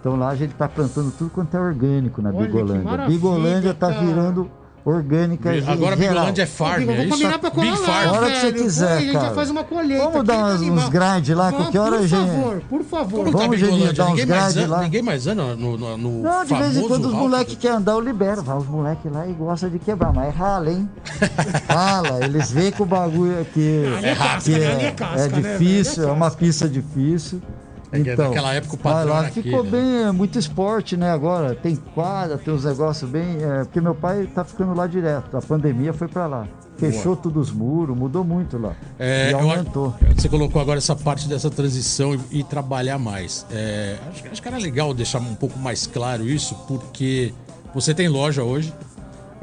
Então lá a gente tá plantando tudo quanto é orgânico na
Olha, que
Bigolândia.
maravilha,
Bigolândia tá
cara.
virando orgânica em
Agora
geral.
Bigolândia é
Ô,
farm,
Bigo,
é
vamos
isso?
combinar pra colar
Big
lá,
A
farm.
hora que você
velho.
quiser,
Pô, a gente já
cara.
faz uma colheita.
Vamos dar
aqui,
umas-
animal.
uns grade lá, que
Vamos,
que hora,
Por
gente?
favor, por favor.
Como tá
Vamos, Geninho,
Bigolândia?
dar uns
Ninguém mais
grade
anda,
lá.
ninguém mais anda no, no, no
Não, de vez em
famoso
quando os
Alto
moleques
do-
querem andar, eu libero. Vai os moleques lá e gosta de quebrar, mas é rala, hein? Rala, eles veem que o bagulho aqui
Ali é casca, né? Ali é casca, né, velho?
difícil,
Ali é
é uma pista difícil.
É que
Então,
naquela época o
vai
padrão
lá,
era
ficou
aquele, né?
bem, é muito esporte, né? Agora tem quadra, tem uns negócios bem. é, porque meu pai tá ficando lá direto, a pandemia foi pra lá. Fechou todos os muros, mudou muito lá.
É,
e
eu acho-
aumentou.
Você colocou agora essa parte dessa transição e, e trabalhar mais. É, acho, que- acho que era legal deixar um pouco mais claro isso, porque você tem loja hoje,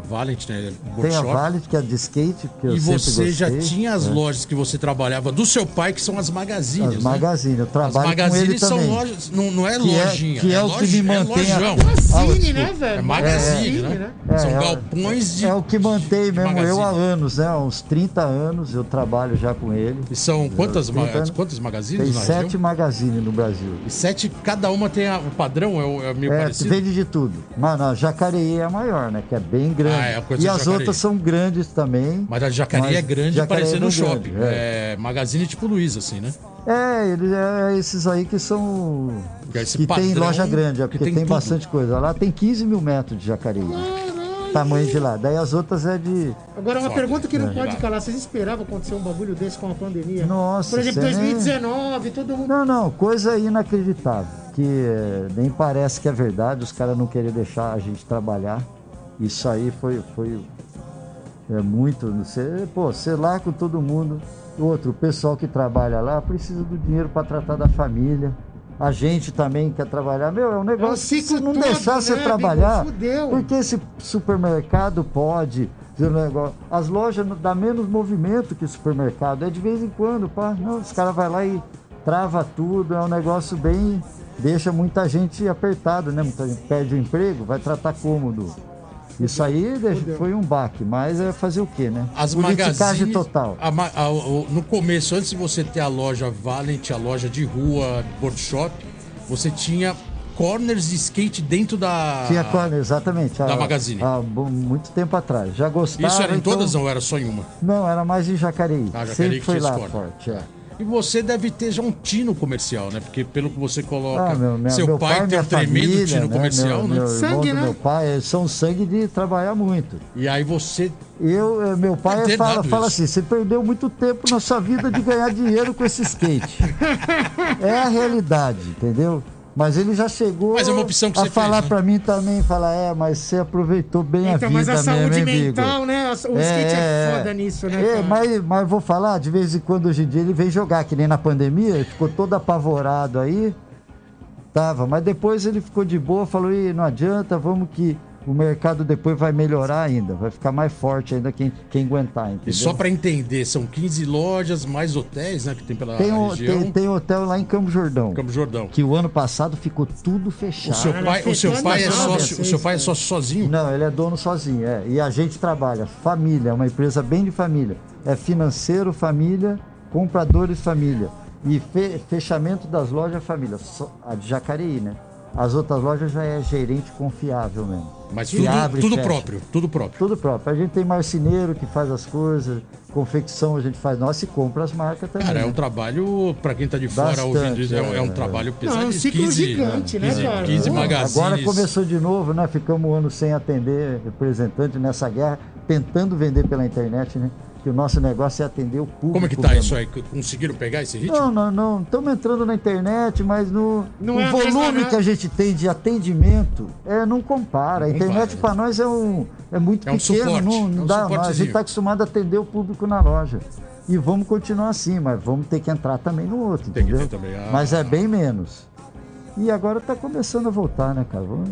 Valent, né?
Tem a
Workshop,
Vale, que é de skate, que eu
e
sempre
você já
gostei. né.
tinha as lojas que você trabalhava do seu pai, que são as magazines.
As
né?
magazine, eu
As
trabalho com ele
magazines são
também.
lojas, não, não é
Que é-
lojinha.
que é o que
loja-
me mantém
É
a-
lojão.
Magazine,
Ah,
né,
desculpa.
velho?
É magazine,
Magazine,
né?
É,
São
é-
galpões de.
É o que mantém mesmo eu há
magazine.
anos, né? Há uns 30 anos eu trabalho já com ele.
E são quantas, ma-
Trinta anos.
quantos magazines
Tem
na
sete
região?
magazine no Brasil.
E sete, cada uma tem a- o padrão, é, o- é meio
É,
parecido.
vende de tudo. Mas a Jacareí é a maior, né? Que é bem grande.
Ah, é, a coisa
e
de
as
Jacareí.
outras são grandes também.
Mas a Jacareí é grande e
Jacareí
parecendo
não
um
é
shopping.
grande, é.
É. magazine tipo Luiz, assim, né?
É, eles, é esses aí que são.
Que é esse
que tem
padrão
loja grande, é,
que
porque
tem
tem,
tudo.
bastante coisa. Lá tem 15 mil metros de Jacareí. né? Tamanho de lá. Daí as outras é de.
Agora, uma
Só.
pergunta que não
É.
pode calar. Vocês esperavam acontecer um bagulho desse com a pandemia?
Nossa,
Por exemplo,
você nem-
2019, todo mundo...
Não, não, coisa inacreditável. Que eh, nem parece que é verdade, os caras não querem deixar a gente trabalhar. Isso aí foi, foi é muito. não sei, pô, sei lá com todo mundo. Outro, o pessoal que trabalha lá precisa do dinheiro para tratar da família. A gente também quer trabalhar. Meu, é um negócio.
ciclo
se não
todo,
deixar
né,
você
Bigo?
trabalhar.
Fudeu.
Porque esse supermercado pode. fazer um negócio. As lojas não- dá menos movimento que o supermercado. É de vez em quando, pá. Não, os caras vão lá e trava tudo. É um negócio bem. Deixa muita gente apertada, né? Muita gente perde o emprego, vai tratar cômodo. Isso aí deixa- foi um baque, mas é fazer o quê, né?
As
Politicagem
magazines. Ah,
total.
a ma- a- o- no começo, antes de você ter a loja Valent, a loja de rua, workshop, você tinha corners de skate dentro da.
Tinha quando, exatamente.
da Magazine.
Há bu- muito tempo atrás. Já gostava.
Isso era em
então-
todas ou era só em uma?
Não, era mais em Jacareí.
Ah, Jacareí
Sempre
que
foi
tinha
lá
esse corte.
forte, é.
E você deve ter já um tino comercial, né? Porque pelo que você coloca,
Ah, meu, minha-
seu
meu
pai, tem
minha
um tremendo
família,
tino
né?
comercial,
meu,
né?
Meu
Sangue,
sangue, irmão do
né?
meu pai, eles são sangue de trabalhar muito.
E aí você.
Eu, eh, meu
Deve
pai
ter
fala,
dado
fala
isso.
assim, você perdeu muito tempo na sua vida de ganhar dinheiro com esse skate. É a realidade, entendeu? Mas ele já chegou
Mas é uma opção que
a
você fez,
falar
né?
pra mim também, falar, é, mas você aproveitou bem a vida
Então, mas a saúde
mesmo, hein, Vigo?"
mental, né? A- O skate é, foda nisso, né,
É,
cara?
mas, mas vou falar, de vez em quando hoje em dia ele vem jogar, que nem na pandemia, ele ficou todo apavorado aí. Tava, mas depois ele ficou de boa, falou, Ih, não adianta, vamos que o mercado depois vai melhorar ainda, vai ficar mais forte ainda quem, quem aguentar, entendeu?
E só pra entender, são 15 lojas mais hotéis, né? Que tem pela
tem, o-
região.
tem, tem hotel lá em Campo Jordão,
Campo Jordão.
que o ano passado ficou tudo fechado.
O seu
Cara,
pai, o seu
fechando
pai é
nada,
sócio, o
vocês,
seu pai é
cara.
sócio sozinho?
Não, ele é dono sozinho, é. E a gente trabalha, família, é uma empresa bem de família. É financeiro, família, compradores, família. E fe- fechamento das lojas, família. Só a de Jacareí, né? As outras lojas já é gerente confiável mesmo.
Mas
Que
tudo,
abre e
tudo
fecha.
próprio, tudo próprio.
Tudo próprio. A gente tem marceneiro que faz as coisas, confecção a gente faz nossa e compra as marcas também.
Cara, é
né?
um trabalho, pra quem tá de fora
Bastante,
ouvindo isso, é, um- é um
é.
trabalho pesado.
Não, é um ciclo gigante, né,
15,
cara?
15
Pô,
magazines.
Agora começou de novo, né? Ficamos um ano sem atender representante nessa guerra, tentando vender pela internet, né? Que o nosso negócio é atender o público.
Como é que tá
mesmo.
isso aí? Conseguiram pegar esse ritmo?
Não, não, não. Estamos entrando na internet, mas no
Não
o
é a mesma,
volume
né?
que a gente tem de atendimento é, não compara. A
Não
internet
compara.
para nós é um é muito
né? É um
pequeno,
suporte,
não,
é
não
um
dá. não. A gente
suportezinho.
está acostumado a atender o público na loja. E vamos continuar assim, mas vamos ter que entrar também no outro,
Tem que
entendeu?
ter também, ah.
Mas é bem menos. E agora está começando a voltar, né, cara? Vamos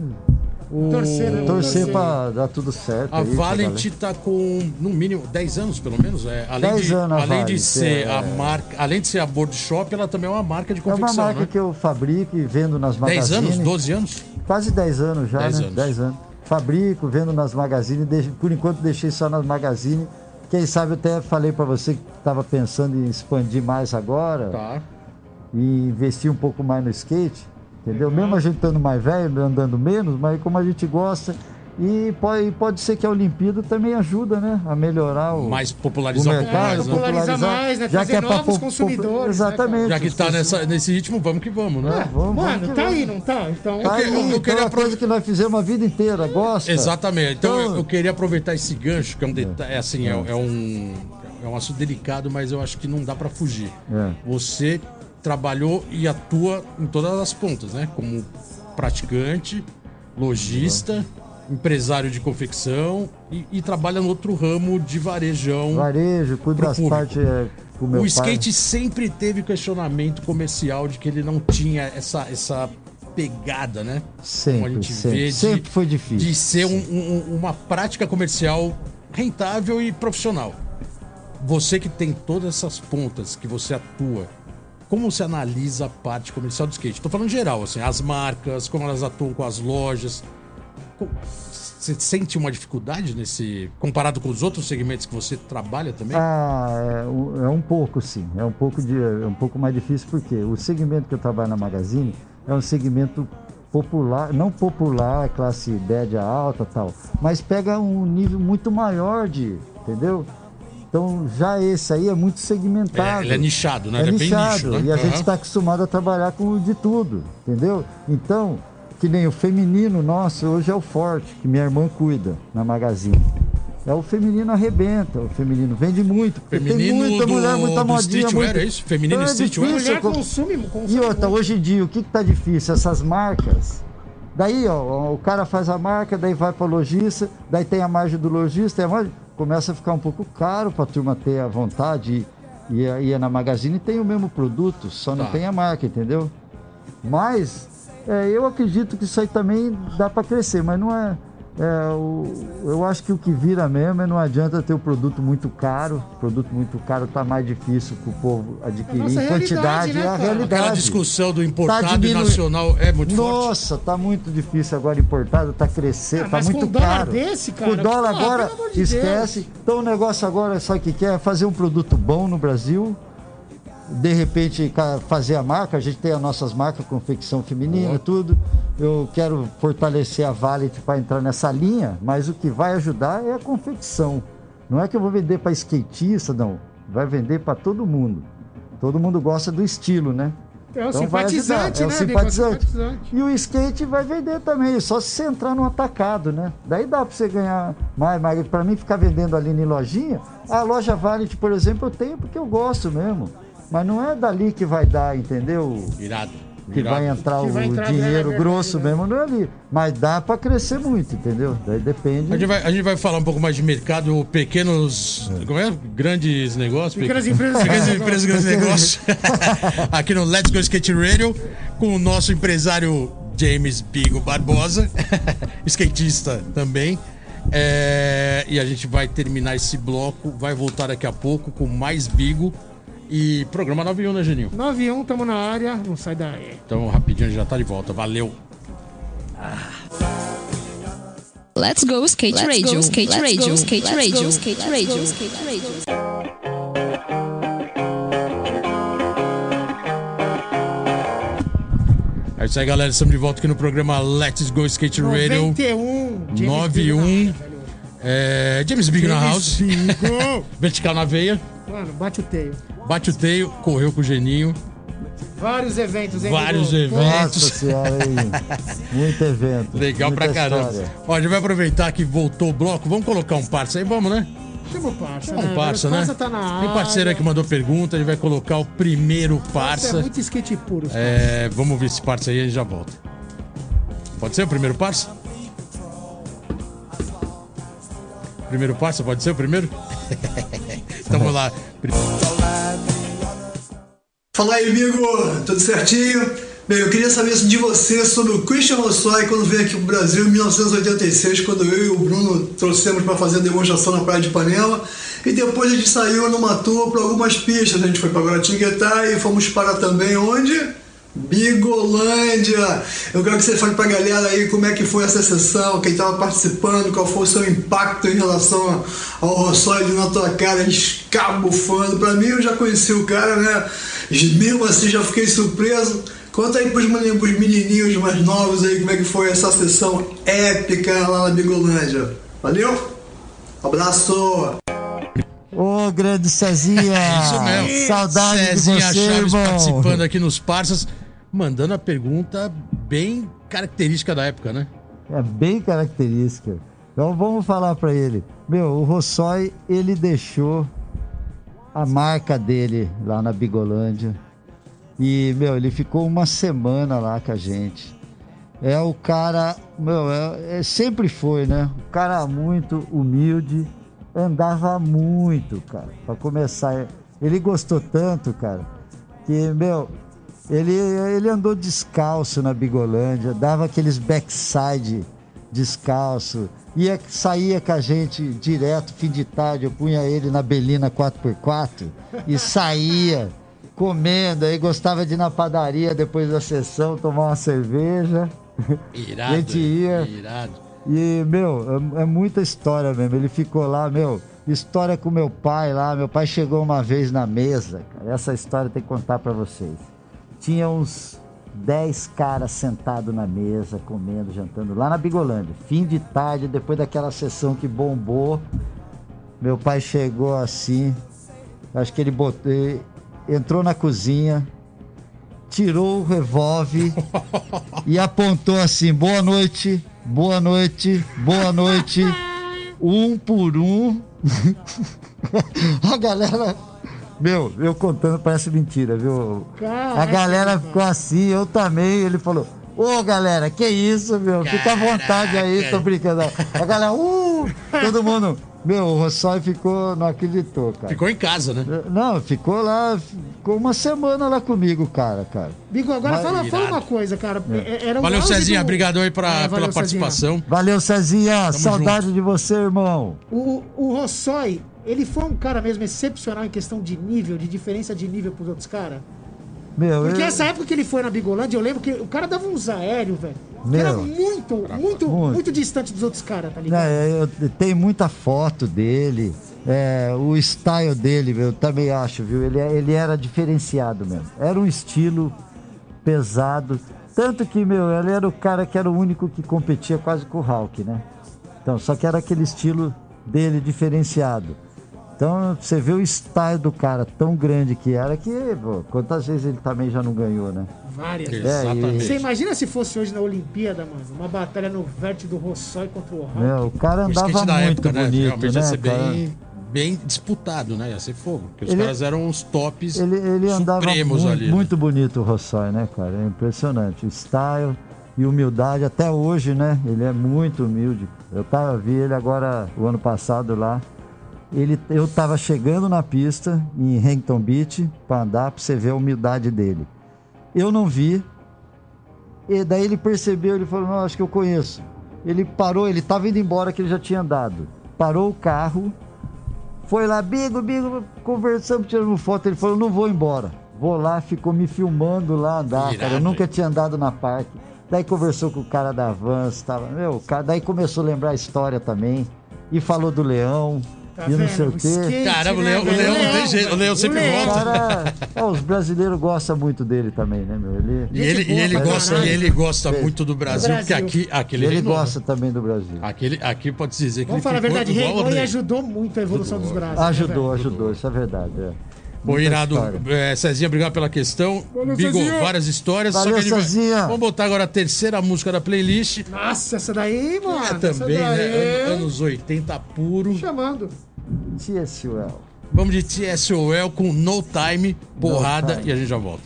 Torcer, né?
torcer para dar tudo certo.
A
aí, pra
Valent tá com, no mínimo, 10 anos, pelo menos. É, além
10
de,
anos a
além de
Valent,
ser
é.
a marca, além de ser a board shop, ela também é uma marca de
galera. É uma
confecção,
marca
né?
que eu fabrico e vendo nas
10
magazines.
anos, 12 anos?
Quase 10 anos já,
10
né?
anos.
10 anos. Fabrico, vendo nas magazines, por enquanto deixei só nas magazines, Quem sabe até falei para você que estava pensando em expandir mais agora
Tá.
e investir um pouco mais no skate, entendeu?
Uhum.
Mesmo a gente estando mais velho, andando menos, mas como a gente gosta. E pode, pode ser que a Olimpíada também ajuda, né? A melhorar o,
Mais
o
popularizar um pouco
mercado,
mais, né?
popularizar mais, né? Trazer
é pra
novos
po- po-
consumidores, né,
Exatamente.
Já que tá
Os-
nessa, nesse ritmo, vamos que vamos,
Ah,
né?
vamos, vamos
Mano,
que
tá
vamos.
aí, não tá? Então.
Tá
que- eu- eu
aí, então é
queria
uma coisa
aproveitar-
que nós fizemos a vida inteira, gosta.
Exatamente. Então,
Então-
eu, eu queria aproveitar esse gancho, que é um deta- é assim, é, é um é um assunto delicado, mas eu acho que não dá para fugir.
É.
Você trabalhou e atua em todas as pontas, né? Como praticante, lojista, empresário de confecção e, e trabalha no outro ramo de varejão.
Varejo, cuido
Pro
das
público.
partes é, com meu
O
pai.
skate sempre teve questionamento comercial de que ele não tinha essa, essa pegada, né? Como a
Sempre,
gente
sempre.
vê de-
Sempre foi difícil.
De ser um- um- uma prática comercial rentável e profissional. Você que tem todas essas pontas que você atua, como você analisa a parte comercial do skate? Tô falando geral, assim, as marcas, como elas atuam com as lojas. Co- Você sente uma dificuldade nesse. comparado com os outros segmentos que você trabalha também?
Ah, é, um- é um pouco sim, é um pouco, de, é um pouco mais difícil porque o segmento que eu trabalho na Magazine é um segmento popular, não popular, classe média alta tal, mas pega um nível muito maior de, entendeu? Então já esse aí é muito segmentado.
É, ele é nichado, né?
É
ele
nichado,
é bem nicho, né?
e a gente tá
Aham.
está acostumado a trabalhar com o de tudo, entendeu? Então, que nem o feminino nosso hoje é o forte, que minha irmã cuida na Magazine. É o feminino arrebenta, o feminino vende muito, porque tem
Feminino
muita
do-
mulher, muita
do
modinha,
streetwear,
muito...
é isso? Feminino
Então é
streetwear?
difícil,
Mulher
co-
consome, consome.
e outra,
muito.
hoje em dia, o que, que tá difícil? Essas marcas. Daí, ó, o cara faz a marca, daí vai para lojista, daí tem a margem do lojista, tem a margem- começa a ficar um pouco caro para a turma ter a vontade e, e, a- e a na Magazine tem o mesmo produto, só não
Tá.
tem a marca, entendeu? Mas é, eu acredito que isso aí também dá para crescer, mas não é. é, o- eu acho que o que vira mesmo é não adianta ter o produto muito caro, o produto muito caro tá mais difícil para o povo adquirir
É nossa
em quantidade,
realidade, né,
é a
cara?
realidade.
Aquela discussão do importado
Tá
e
diminu-
nacional é muito forte.
Nossa, tá muito difícil agora importado, tá crescendo,
Ah,
tá
mas
muito
com o dólar
caro.
desse, cara,
com o dólar
pô,
agora,
pelo amor de
esquece. Então o negócio agora, sabe o que quer? É fazer um produto bom no Brasil. De repente ca- fazer a marca, a gente tem as nossas marcas, confecção feminina,
Boa.
tudo. Eu quero fortalecer a Valet para entrar nessa linha, mas o que vai ajudar é a confecção. Não é que eu vou vender para skatista, não. Vai vender para todo mundo. Todo mundo gosta do estilo, né?
É o
Então vai
simpatizante,
ajudar, é o
né? amigo? É
simpatizante.
o simpatizante.
E o skate vai vender também, é só se você entrar no atacado, né? Daí dá pra você ganhar mais, mas pra mim ficar vendendo ali em lojinha, a loja Valet, por exemplo, eu tenho porque eu gosto mesmo. Mas não é dali que vai dar, entendeu?
Irado.
Que
irado.
vai entrar
Que
o
vai entrar né? a grana
dinheiro
verdadeira.
grosso mesmo, não é ali. Mas dá pra crescer muito, entendeu? Daí depende.
A gente, vai, a gente vai falar um pouco mais de mercado, pequenos. Como é? Grandes negócios.
Pequenas
pequ-
empresas,
Pequenas
grandes
empresas, grandes negócios. Aqui no Let's Go Skate Radio, com o nosso empresário James Bigo Barbosa, skatista também. É, e a gente vai terminar esse bloco, vai voltar daqui a pouco com mais Bigo e programa 91, né, Geninho?
9 e 1, tamo na área, não sai daí.
Então, rapidinho, a gente já tá de volta. Valeu!
Let's go skate radio. Skate radio. Skate radio.
Let's
Skate radio. Skate radio.
É isso aí, galera. Estamos de volta aqui no programa Let's Go Skate Radio
91. James Big
91.
na área, velho.
É, James Big na house. Vertical na veia,
Mano, bate o teio.
bate o teio, correu com o geninho.
Vários eventos, hein?
Vários
Dudu?
eventos.
Nossa senhora, é aí. Muito evento.
Legal
muita
pra caramba.
história.
Ó, a gente vai aproveitar que voltou o bloco. Vamos colocar um parça aí, vamos, né?
Chama o parça,
Vamos,
né?
parça,
O
né?
Parça tá na
Tem parceiro aí
área.
que mandou pergunta, a gente vai colocar o primeiro
Parça é
parça.
muito skate puro. os caras.
É, vamos ver esse parça aí e a gente já volta. Pode ser o primeiro parça? Primeiro parça, pode ser o primeiro? então vamos lá.
Fala aí, amigo! Tudo certinho? Bem, eu queria saber de você sobre o Christian Rossoy quando veio aqui pro Brasil em 1986, quando eu e o Bruno trouxemos para fazer a demonstração na Praia de Ipanema. E depois a gente né? saiu numa tour para algumas pistas. A gente foi para Guaratinguetá e fomos para também onde? Bigolândia! Eu quero que você fale pra galera aí como é que foi essa sessão, quem tava participando, qual foi o seu impacto em relação ao Rossóide na tua cara, escabufando. Pra mim, eu já conheci o cara, né? Mesmo assim, já fiquei surpreso. Conta aí pros menininhos, pros menininhos mais novos aí como é que foi essa sessão épica lá na Bigolândia. Valeu? Abraço!
Ô, grande Cezinha!
É isso mesmo.
Ah, Saudade de
Cezinha
você,
Chaves
irmão.
participando aqui nos parças, mandando a pergunta bem característica da época, né?
É bem característica. Então vamos falar para ele. Meu, o Rossói, ele deixou a marca dele lá na Bigolândia. E, meu, ele ficou uma semana lá com a gente. É o cara, meu, é, é- sempre foi, né? O cara muito humilde, andava muito, cara. Pra começar, ele gostou tanto, cara, que, meu, ele, ele andou descalço na Bigolândia, dava aqueles backside descalço, ia, saía com a gente direto, fim de tarde, eu punha ele na Belina 4x4 e saía comendo, aí gostava de ir na padaria depois da sessão, tomar uma cerveja.
Irado.
Gente, ia.
Irado.
E, meu, é, é muita história mesmo. Ele ficou lá, meu, história com meu pai lá. Meu pai chegou uma vez na mesa, cara. Essa história tem que contar pra vocês. Tinha uns 10 caras sentados na mesa, comendo, jantando, lá na Bigolândia. Fim de tarde, depois daquela sessão que bombou. Meu pai chegou assim, acho que ele botou, ele entrou na cozinha, tirou o revólver e apontou assim: boa noite, boa noite, boa noite, um por um. A galera. Meu, eu contando parece mentira, viu?
Caraca,
A galera ficou assim, eu também. Ele falou: Ô galera, que isso, meu? Fica à vontade aí, tô brincando. né? A galera, uh! Todo mundo. Meu, o Rossói ficou, não acreditou, cara.
Ficou em casa, né?
Não, ficou lá, ficou uma semana lá comigo, cara, cara.
Bigo, agora
Mas-
fala, fala
Irado.
uma coisa, cara. É- Era o
Valeu,
auge
Cezinha.
do-
Obrigado aí pra,
É, valeu,
pela
Cezinha.
participação.
Valeu, Cezinha, saudade de você, irmão.
O, o Rossói, ele foi um cara mesmo excepcional em questão de nível, de diferença de nível pros outros caras?
Meu,
Porque
eu-
essa época que ele foi na Bigolândia, eu lembro que o cara dava uns aéreos, velho. Que Era
Meu.
muito, muito,
Muito.
muito distante dos outros caras, tá ligado?
né, eu- tem muita foto dele, é, o style dele, eu também acho, viu? Ele, é- ele era diferenciado mesmo. Era um estilo pesado. Tanto que, meu, ele era o cara que era o único que competia quase com o Hulk, né? Então, só que era aquele estilo dele diferenciado. Então, você vê o style do cara tão grande que era que, pô, quantas vezes ele também já não ganhou, né?
Várias.
É.
Você
Exatamente.
imagina se fosse hoje na Olimpíada, mano? Uma batalha no vértice do Rossói contra
Hum.
o Hulk.
Meu, o cara
O skate
andava
da
muito
época, né?
bonito,
Realmente ia
né,
ser
cara?
bem, bem disputado, né? Ia ser fogo. Porque os
Ele-
caras eram os tops
Ele, ele andava
supremos
mu-
ali. né?
muito bonito o Rossói, né, cara? É impressionante. O style e humildade, até hoje, né? Ele é muito humilde. Eu tava, vi ele agora, o ano passado lá. Ele, eu tava chegando na pista em Hampton Beach para andar, pra você ver a humildade dele. Eu não vi. E daí ele percebeu, ele falou, não, acho que eu conheço. Ele parou, ele tava indo embora que ele já tinha andado. Parou o carro, foi lá, bigo, bigo, conversamos, tirando foto. Ele falou, não vou embora. Vou lá, ficou me filmando lá andar,
Irado,
cara. Eu nunca tinha andado na parque. Daí conversou com o cara da Vans, tava, meu, o cara, daí começou a lembrar a história também. E falou do leão,
Tá
e não
vendo?
sei o
O
quê.
skate,
Caramba, o
né,
Leão, o
velho?
Leão não tem
Leão,
jeito. O Leão sempre
Leão.
volta.
Cara, ó, os brasileiros gostam muito dele também, né, meu? Ele,
E ele,
Gente
e ele
boa pra
gosta,
caralho.
e ele gosta muito do Brasil,
Brasil.
porque aqui, aqui
assim, é, ele,
reinou, né?
gosta também do Brasil.
Aquele, aqui pode se dizer que ele
Vamos falar a
ficou
verdade,
igual ao
Reinou e
rei.
ajudou muito a evolução dos
Assim
braços. né,
Ajudou,
velho?
ajudou, isso é verdade. É.
Pô,
Muita
irado,
história.
é, Cezinha, obrigado pela questão.
Valeu,
Bigo,
Cezinha.
várias histórias.
Valeu,
a gente vai-
Cezinha.
Vamos botar agora a terceira música da playlist.
Nossa, essa daí, mano.
Ah,
Ah, essa
também, né?
daí-
Ano- Anos 80 puro.
Chamando.
TSUL.
Vamos de TSOL com No Time, porrada,
Time.
e a gente já volta.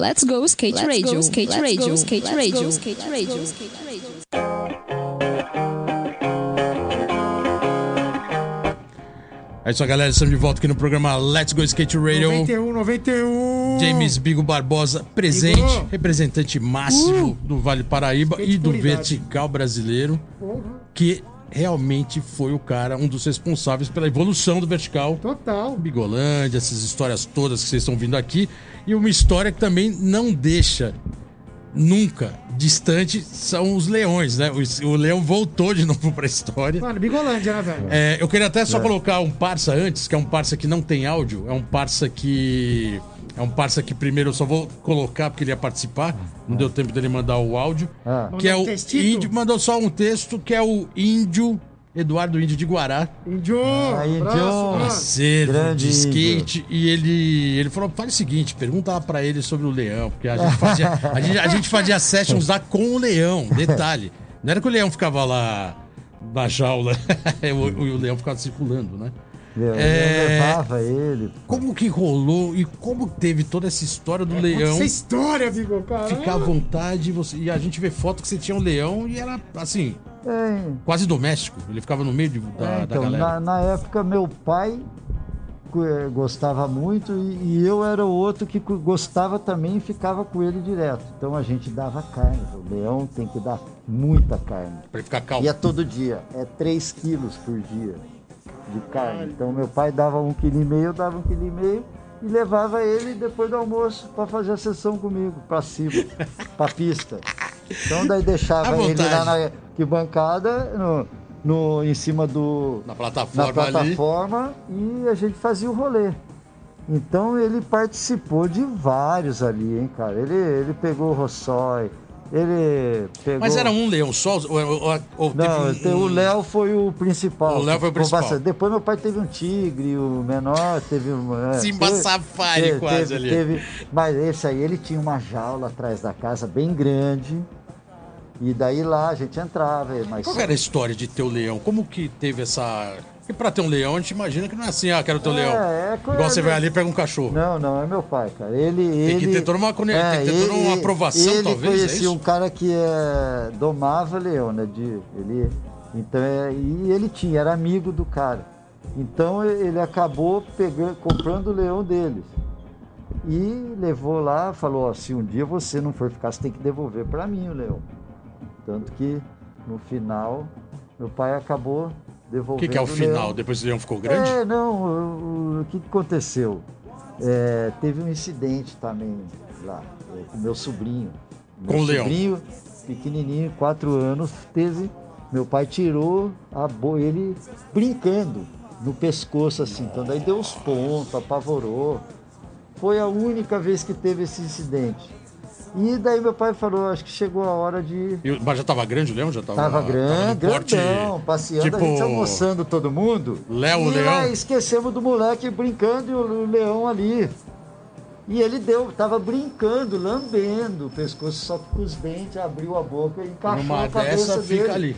Let's go skate radio, skate
go skate
radio,
radio,
skate
let's go
radio,
skate
skate radio,
radio,
skate radio.
É isso aí, galera. Estamos de volta aqui no programa Let's Go Skate Radio.
91, 91.
James Bigo Barbosa, presente,
Bigo. Uh!
representante máximo do Vale Paraíba
Skate
e do
qualidade.
vertical brasileiro,
Porra.
que realmente foi o cara, um dos responsáveis pela evolução do vertical.
Total.
Bigolândia, essas histórias todas que vocês estão vindo aqui. E uma história que também não deixa nunca distante são os leões, né? O, o leão voltou de novo pra história.
Mano, Bigolândia, né, velho?
É, eu queria até só colocar um parça antes, que é um parça que não tem áudio, é um parça que. É um parça que primeiro eu só vou colocar porque ele ia participar, não deu tempo dele mandar o áudio.
Ah.
Que é o
Mandou um textito?
índio, mandou só um texto, que é o índio, Eduardo Índio de Guará,
Índio!
Aí,
abraço,
John.
mano.
parceiro
Grande
de skate, e ele, ele falou: faz o seguinte, pergunta lá pra ele sobre o leão, porque a gente fazia, a gente, a gente fazia sessions lá com o leão, detalhe. Não era que o leão ficava lá na jaula, o, o leão ficava circulando, né?
Eu,
É.
levava ele.
Como que rolou e como teve toda essa história do leão?
Essa história, Bigo, cara.
Ficar à vontade, você... e a gente vê foto que você tinha um leão e era assim,
É,
quase doméstico. Ele ficava no meio de- Ah, da,
É,
da
então,
galera.
na, na época, meu pai cu- eh, gostava muito e, e eu era o outro que cu- gostava também e ficava com ele direto. Então a gente dava carne. O leão tem que dar muita carne.
Pra ele ficar calmo.
E é todo dia, é 3 quilos por dia de carne. Então meu pai dava um quilo e meio, eu dava um quilo e meio e levava ele depois do almoço para fazer a sessão comigo, para cima, para pista. Então daí
À
deixava ele
vontade.
lá na que bancada, no, no- em cima do
Na
na
plataforma, ali.
plataforma e a gente fazia o rolê. Então ele participou de vários ali, hein, cara. Ele, ele pegou o Rossói, ele pegou.
Mas era um leão só? Ou, ou- ou- ou teve
Não,
um-
te- o Léo foi o principal.
O Léo foi o
Ficou
principal.
bastante. Depois meu pai teve um tigre, o menor teve um. é,
Simba
teve-
Safari
teve-
quase
teve-
ali.
teve- mas esse aí ele tinha uma jaula atrás da casa bem grande. E daí lá a gente entrava. Mas
Qual que era a história de ter o leão? Como que teve essa... Porque pra ter um leão, a gente imagina que não é assim, ah, quero ter um
É,
leão.
é coisa-
Igual você vai ali e pega um cachorro.
Não, não, é meu pai, cara. Ele. Tem
que ter toda uma cone- tem que ter toda uma aprovação,
ele
talvez, é
Ele conhecia
isso?
um cara que é, domava leão, né? De, ele, então, é, e ele tinha, era amigo do cara. Então e- ele acabou pegando, comprando o leão deles. E levou lá, falou: ó, se um dia você não for ficar, você tem que devolver para mim o leão. Tanto que no final, meu pai acabou
O
devolvendo.
que, que é o final?
leão.
Depois o leão ficou grande?
É, não, o, o- o que que aconteceu? É, teve um incidente também lá, é, com meu sobrinho. Meu
Com o leão.
sobrinho, pequenininho, quatro anos, teve. Meu pai tirou a bo... ele brincando no pescoço assim, então daí deu os pontos, apavorou. Foi a única vez que teve esse incidente. E daí meu pai falou, acho que chegou a hora de
E o- mas já tava grande o leão? Já tava,
Tava
tava
grande,
num porte- tipo
grandão, passeando, a gente almoçando todo mundo.
Léo,
e
leão.
lá esquecemos do moleque brincando e o leão ali. E ele deu, tava brincando, lambendo o pescoço, só que com os dentes, abriu a boca e encaixou
Numa
a cabeça
dessa
dele.
fica ali.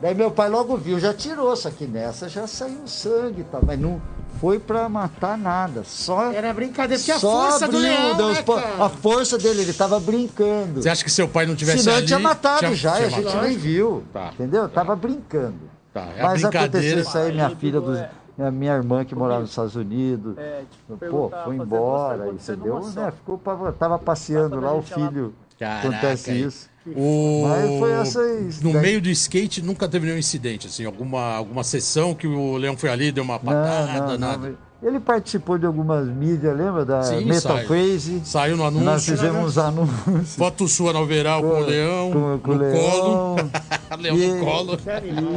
Daí meu pai logo viu, já tirou, só que nessa já saiu sangue e tal, mas não foi pra matar nada, só...
Era brincadeira, porque a
só
força do
abriu,
leão,
deu os
né,
po-
cara?
a força dele, ele tava brincando.
Você acha que seu pai não tivesse
Se não,
ali...
tinha matado
tinha-
já, e
tinha
a gente
matado?
nem viu.
Tá.
Entendeu? Tava brincando.
Tá, é a
Mas aconteceu
brincadeira.
isso aí, minha filha,
tipo,
dos,
é.
a minha irmã que morava nos Estados Unidos. Pô,
tipo, perguntar,
foi
fazer
embora,
duas
e você
perguntas
deu,
numa só.
né? Ficou pavor- Tava passeando lá, o filho.
Caraca,
acontece
aí.
isso.
O...
Mas foi essa aí,
No
daí-
meio do skate nunca teve nenhum incidente, assim, alguma, alguma sessão que o leão foi ali, deu uma patada,
Não, não, não.
nada.
Ele participou de algumas mídias, lembra? Da
Sim,
Metal
sai-
Crazy.
Saiu no
Nós
anúncio.
fizemos uns anúncios.
Foto sua no overall com, o leão,
com- com o
no colo. leão
leão. E-
no colo.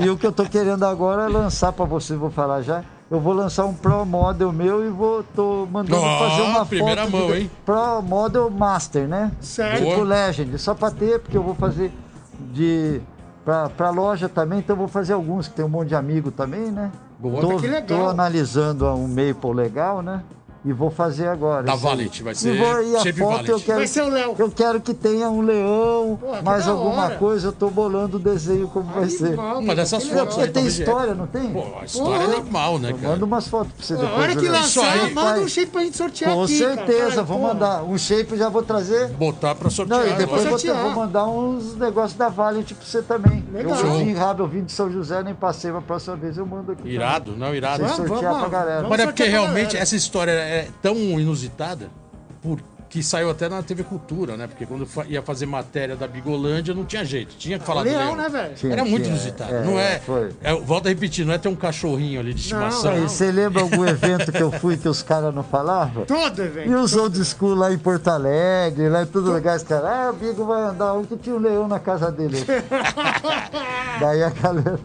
E o que eu tô querendo agora é lançar pra você, vou falar já. Eu vou lançar um Pro Model meu e vou tô mandando
Ó,
fazer uma
primeira
foto
mão,
de,
hein?
Pro Model Master, né?
Certo.
Tipo
Boa.
Legend, só pra ter, porque eu vou fazer de pra, pra loja também, então eu vou fazer alguns que tem um monte de amigo também, né?
Boa.
Tô,
Que legal.
tô analisando um Maple legal, né? E vou fazer agora.
Da
esse aí.
Valet, Tá vai
E
ser
vou- e a
shape
foto eu
Valet.
quero
Vai ser o Léo.
eu quero que tenha um leão,
Pô, que
mais
da
alguma
hora.
coisa. Eu tô bolando o desenho como vai ser.
Animal,
Uma dessas
que
É
fotos aí
legal.
porque tem
talvez é.
história, não tem?
Pô, a história é normal, né,
Eu
cara?
mando umas fotos pra você
Na
depois.
hora que
Juliano.
lançar,
aí.
manda um
Vai.
shape pra gente sortear
Com
aqui. cara.
certeza,
Cara,
vou
porra.
mandar. Um shape eu já vou trazer.
Botar pra
Não,
sortear.
e depois
agora.
vou,
sortear.
vou mandar uns negócios da Valent pra você também.
Legal.
Eu
Show.
vim em Rabo, eu vim de São José, nem passei, mas a próxima vez eu mando aqui.
Irado, não, irado.
Vocês
Vamos,
sortear
vamos,
pra galera.
vamos.
Mas é porque
sortear pra
realmente
galera.
essa história é tão inusitada, porque que saiu até na TV Cultura, né? Porque quando fa- ia fazer matéria da Bigolândia, não tinha jeito. Tinha que falar do
leão,
leão.
né, velho?
Tinha,
Era muito
tinha,
inusitado.
é,
não é,
foi.
é. Volta a repetir, não é ter um cachorrinho ali de estimação.
Aí, você lembra algum evento que eu fui que os caras não falavam?
Todo
E
evento.
os old school lá em Porto Alegre, lá em todo lugar, os caras, ah, o Bigo vai andar ontem, tinha um leão na casa dele. Daí a galera.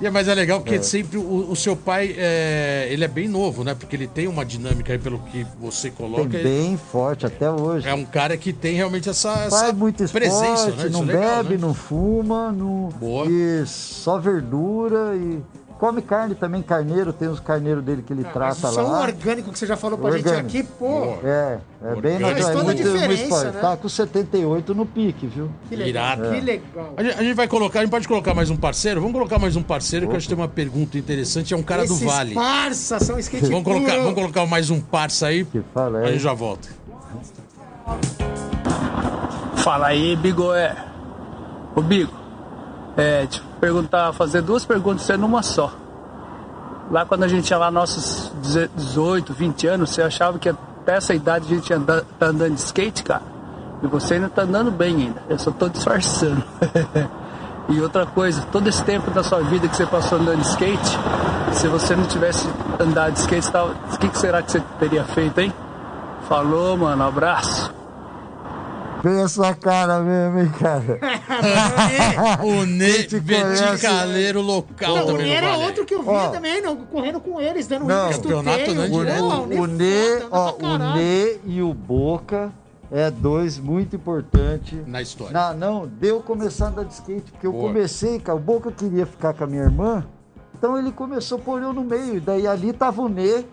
E é, mas é legal porque sempre o, o seu pai, é, ele é bem novo, né? Porque ele tem uma dinâmica aí, pelo que você
Tem
coloca. ele
bem forte até hoje.
É um cara que tem realmente essa, essa
Faz é muito esporte,
presença, né? Isso
não
é legal,
bebe,
né?
não fuma, não...
Boa.
e só verdura e. Come carne também, carneiro, tem os carneiros dele que ele
Ah,
trata
é
Só um
lá.
orgânico que você já falou pra
Orgânico.
gente aqui, pô.
É, é
Faz
bem natural, é
toda a
muito, muito
diferença,
esporte.
né?
Tá com 78 no pique, viu?
Que legal.
Irado.
Que legal.
A gente, a gente vai colocar, a gente pode colocar mais um parceiro? Vamos colocar mais um parceiro que eu acho que tem uma pergunta interessante, é um cara do
Esses
Vale.
Parça, são skate
Vamos colocar,
puro.
vamos colocar mais um parça aí,
Que fala,
a
é.
gente já volta.
Fala aí, Bigoé. Ô, Bigo, é, te perguntar, fazer duas perguntas, sendo uma só. Lá quando a gente tinha lá nossos 18, 20 anos, você achava que até essa idade a gente ia andar, tá andando de skate, cara? E você ainda tá andando bem ainda, eu só tô disfarçando. e outra coisa, todo esse tempo da sua vida que você passou andando de skate, se você não tivesse andado de skate, tava- o que que será que você teria feito, hein? Falou, mano, abraço.
Vem a sua cara mesmo, hein, cara?
O Ne
te
Verticaleiro local
né? Não, o
também
Ney
no
era
Vale.
outro que eu via
Ó.
também, não, correndo com eles, dando
Não.
um
Campeonato andando direto.
O, o, Nê, ó, o Nê e o Boca é dois muito importantes.
Na história.
Não, não, deu começar a andar de skate, porque eu
Boa.
comecei, cara, o Boca queria ficar com a minha irmã, então ele começou a pôr eu no meio, e daí ali tava o Nê,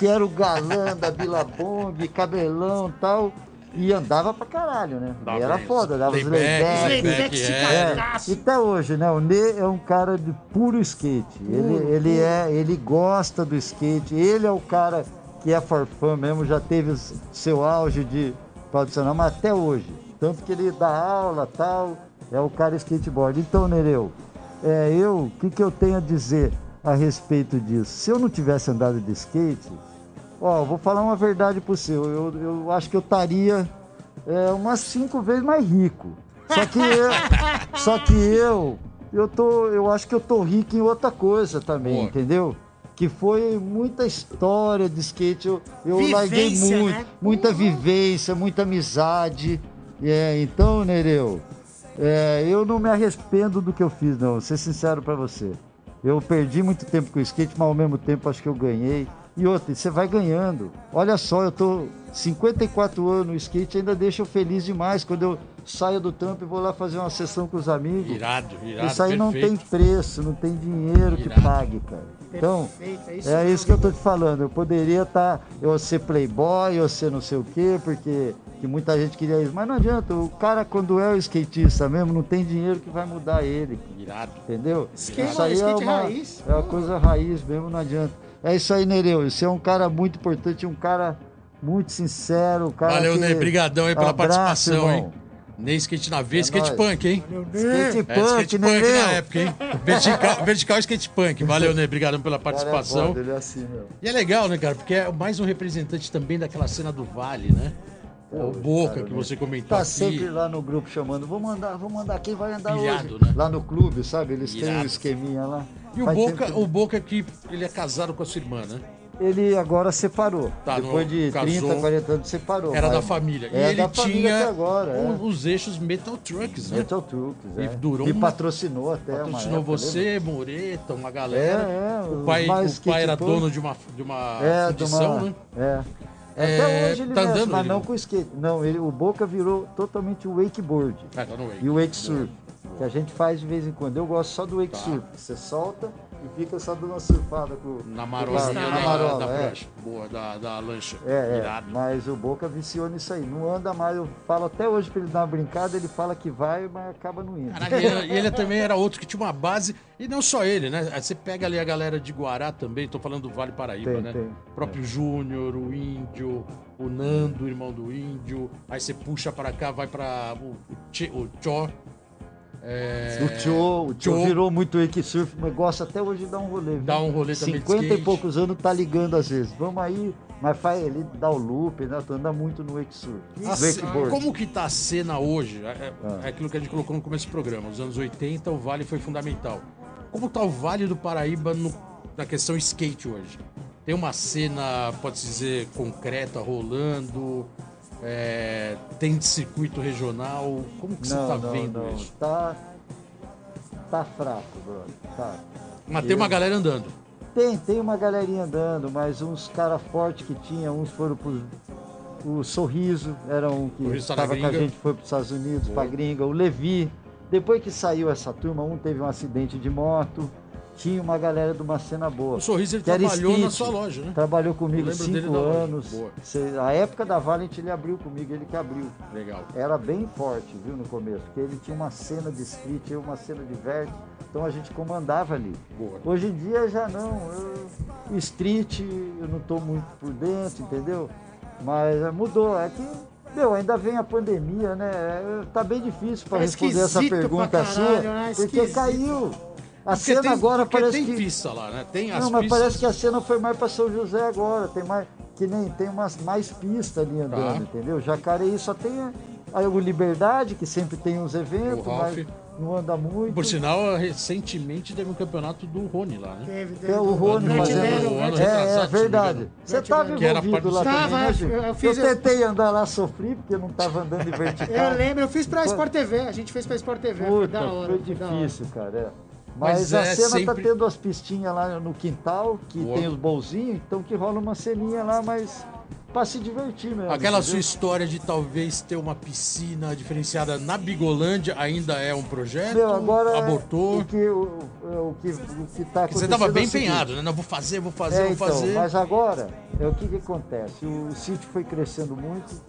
que era o galã da Bilabong, cabelão e tal, e andava pra caralho, né? E era foda, dava os
Playback,
layback,
playback, é.
é, e até hoje, né? O Nê é um cara de puro skate. ele, ele é, ele gosta do skate. Ele é o cara que é farfã mesmo, já teve o seu auge de profissional, mas até hoje. Tanto que ele dá aula tal, é o cara skateboard. Então, Nereu, é, eu, o que, que eu tenho a dizer a respeito disso? Se eu não tivesse andado de skate, ó, eu vou falar uma verdade pro seu. Eu, eu acho que eu estaria é, umas cinco vezes mais rico. Só que eu, só que eu, eu tô, eu acho que eu tô rico em outra coisa também,
Boa.
entendeu? Que foi muita história de skate. Eu, eu
Vivência,
larguei muito,
né?
muita
Uhum.
vivência, muita amizade. É, então, Nereu, é, eu não me arrependo do que eu fiz, não. Vou ser sincero pra você. Eu perdi muito tempo com o skate, mas ao mesmo tempo acho que eu ganhei. E outra, você vai ganhando. Olha só, eu tô 54 anos, o skate ainda deixa eu feliz demais. Quando eu saio do trampo e vou lá fazer uma sessão com os amigos.
Irado, irado,
isso aí não tem
perfeito.
preço, não tem dinheiro que
Irado.
pague, cara. Então,
Perfeito, é isso
é
mesmo.
isso que eu tô te falando. Eu poderia estar, eu ser playboy, eu ser não sei o quê, porque que muita gente queria isso. Mas não adianta, o cara quando é o skatista mesmo, não tem dinheiro que vai mudar ele,
Irado.
entendeu?
Skate-
isso aí
skate
é uma,
raiz.
é uma coisa raiz mesmo, não adianta. É isso aí, Nereu. Você é um cara muito importante, um cara muito sincero. Um cara
Valeu,
que...
Ney. Brigadão aí pela
Abraço,
participação,
irmão.
hein? Ney Skate na V,
É
Skate
nóis.
Punk, hein?
Skate
É,
punk,
skate punk na
Nereu.
época, hein? Vertical, vertical skate punk. Valeu, Ney. Obrigadão pela
Cara, é
participação.
foda, ele é assim, meu.
E é legal, né, cara? Porque é mais um representante também daquela cena do Vale, né?
É,
o Boca, que você comentou
Tá
aqui.
sempre lá no grupo chamando, vou mandar, vou mandar, quem vai andar
Pilhado,
hoje?
né?
Lá no clube, sabe? Eles têm um
Irado.
esqueminha lá.
E o
Faz tempo
Boca,
que-
o Boca que ele é casado com a sua irmã, né?
Ele agora separou.
Tá,
Depois
não,
de
casou.
30, 40 anos, separou.
Era
mas
da família.
É
e ele
da família
tinha
até agora, é.
um- os eixos Metal Trucks, né?
Metal Trucks,
E
é.
durou
E
uma-
patrocinou até uma
Patrocinou
época, lembra?
você, Moreta, uma galera.
É, é,
o
os
pai,
mais
o pai era
skateboard.
dono de uma, de uma
É, de
fundição,
uma...
né?
É.
É,
Até hoje ele
tá
mexe,
andando,
mas
Diego?
não com skate. Não, ele, o Boca virou totalmente wakeboard.
Ah, tá no Wake.
E o wake surf, que a gente faz de vez em quando. Eu gosto só do wake surf, que você solta e fica só dando uma surfada com
Tá. Na marolinha
com
da,
a-
da,
na marola, é.
prancha. Boa, da, da lancha.
É, é,
Irado.
mas o Boca viciou nisso aí. Não anda mais. Eu falo até hoje pra ele dar uma brincada, ele fala que vai, mas acaba não indo.
Caraca, e ele, e ele também era outro que tinha uma base, e não só ele, né? Aí Você pega ali a galera de Guará também, tô falando do Vale Paraíba,
Tem,
né?
tem.
O próprio Júnior, o Índio, o Nando, irmão do Índio. Aí você puxa pra cá, vai pra o, o, Tchê- o Tchó. É,
O tio, o tio virou muito wake surf, mas gosta até hoje de dar um rolê. viu?
Dá um rolê também de
50 e
skate.
poucos anos tá ligando às vezes. Vamos aí, Mas faz, ele dá o loop, né? Tu anda muito no wakesur.
E se- como que tá a cena hoje? É, é aquilo que a gente colocou no começo do programa. Nos anos 80, o Vale foi fundamental. Como tá o Vale do Paraíba no- na questão skate hoje? Tem uma cena, pode-se dizer, concreta rolando? É, tem circuito regional? Como que você tá vendo isso?
Tá, tá fraco, brother. Tá.
Mas tem uma galera andando.
Tem, tem uma galerinha andando, mas uns caras fortes que tinha, uns foram pro. O Sorriso era um que
Sorriso tá na
estava com a
gringa.
gente, foi para os Estados Unidos, para gringa. O Levi. Depois que saiu essa turma, um teve um acidente de moto. Tinha uma galera de uma cena boa.
O Sorriso ele
Que era
trabalhou na
skate.
sua loja, né?
Trabalhou
Eu
comigo
lembro dele
cinco
da loja.
anos.
Boa.
Cê- a época da Valent ele abriu comigo, ele que abriu.
Legal.
Era bem forte, viu, no começo, porque ele tinha uma cena de street, eu uma cena de verde, então a gente comandava ali.
Boa.
Hoje em dia já não. eu- street, eu não tô muito por dentro, entendeu? Mas é, mudou. É que, meu, ainda vem a pandemia, né? É, Tá bem difícil para
Tá
responder essa
esquisito pra
pergunta
caralho,
sua,
né?
porque
Esquisito.
caiu. A
Porque
cena
tem-
agora
porque
parece
tem
que.
pista lá, né? Tem as
Não, mas
pistas.
parece que a cena foi mais para São José agora. Tem mais. Que nem tem umas mais pistas ali andando,
Tá.
entendeu? Jacareí só tem a, a- o Liberdade, que sempre tem uns eventos,
O Ralph.
mas não anda muito.
Por sinal, recentemente teve um campeonato do Rony lá, né?
Teve,
É o Rony
Vert
fazendo.
Vero, Vert
É, é
Vert
verdade.
Vert
Você estava
Vert
Que era
envolvido lá
parte do-
também,
Tava,
né, Ju?
eu- eu
eu,
fiz-
tentei andar lá, sofri, porque não estava andando em vertical.
Eu lembro, eu fiz pra Sport TV, a gente fez pra Sport TV, foi da
Puta,
hora.
foi
foi da hora.
difícil, cara. é.
Mas
Mas,
é
a cena tá
sempre-
tendo as pistinhas lá no quintal, que
Boa.
tem os bolzinhos, então que rola uma ceninha lá, mas pra se divertir mesmo.
Aquela sua
entendeu?
história de talvez ter uma piscina diferenciada na Bigolândia ainda é um projeto?
Meu, agora
abortou?
o que, o, o que, o que tá acontecendo
Você estava
é
bem
o seguinte,
empenhado, né? Não, vou fazer, vou fazer,
É,
vou
então,
fazer.
mas agora, é o que, que acontece? O, sítio foi crescendo muito.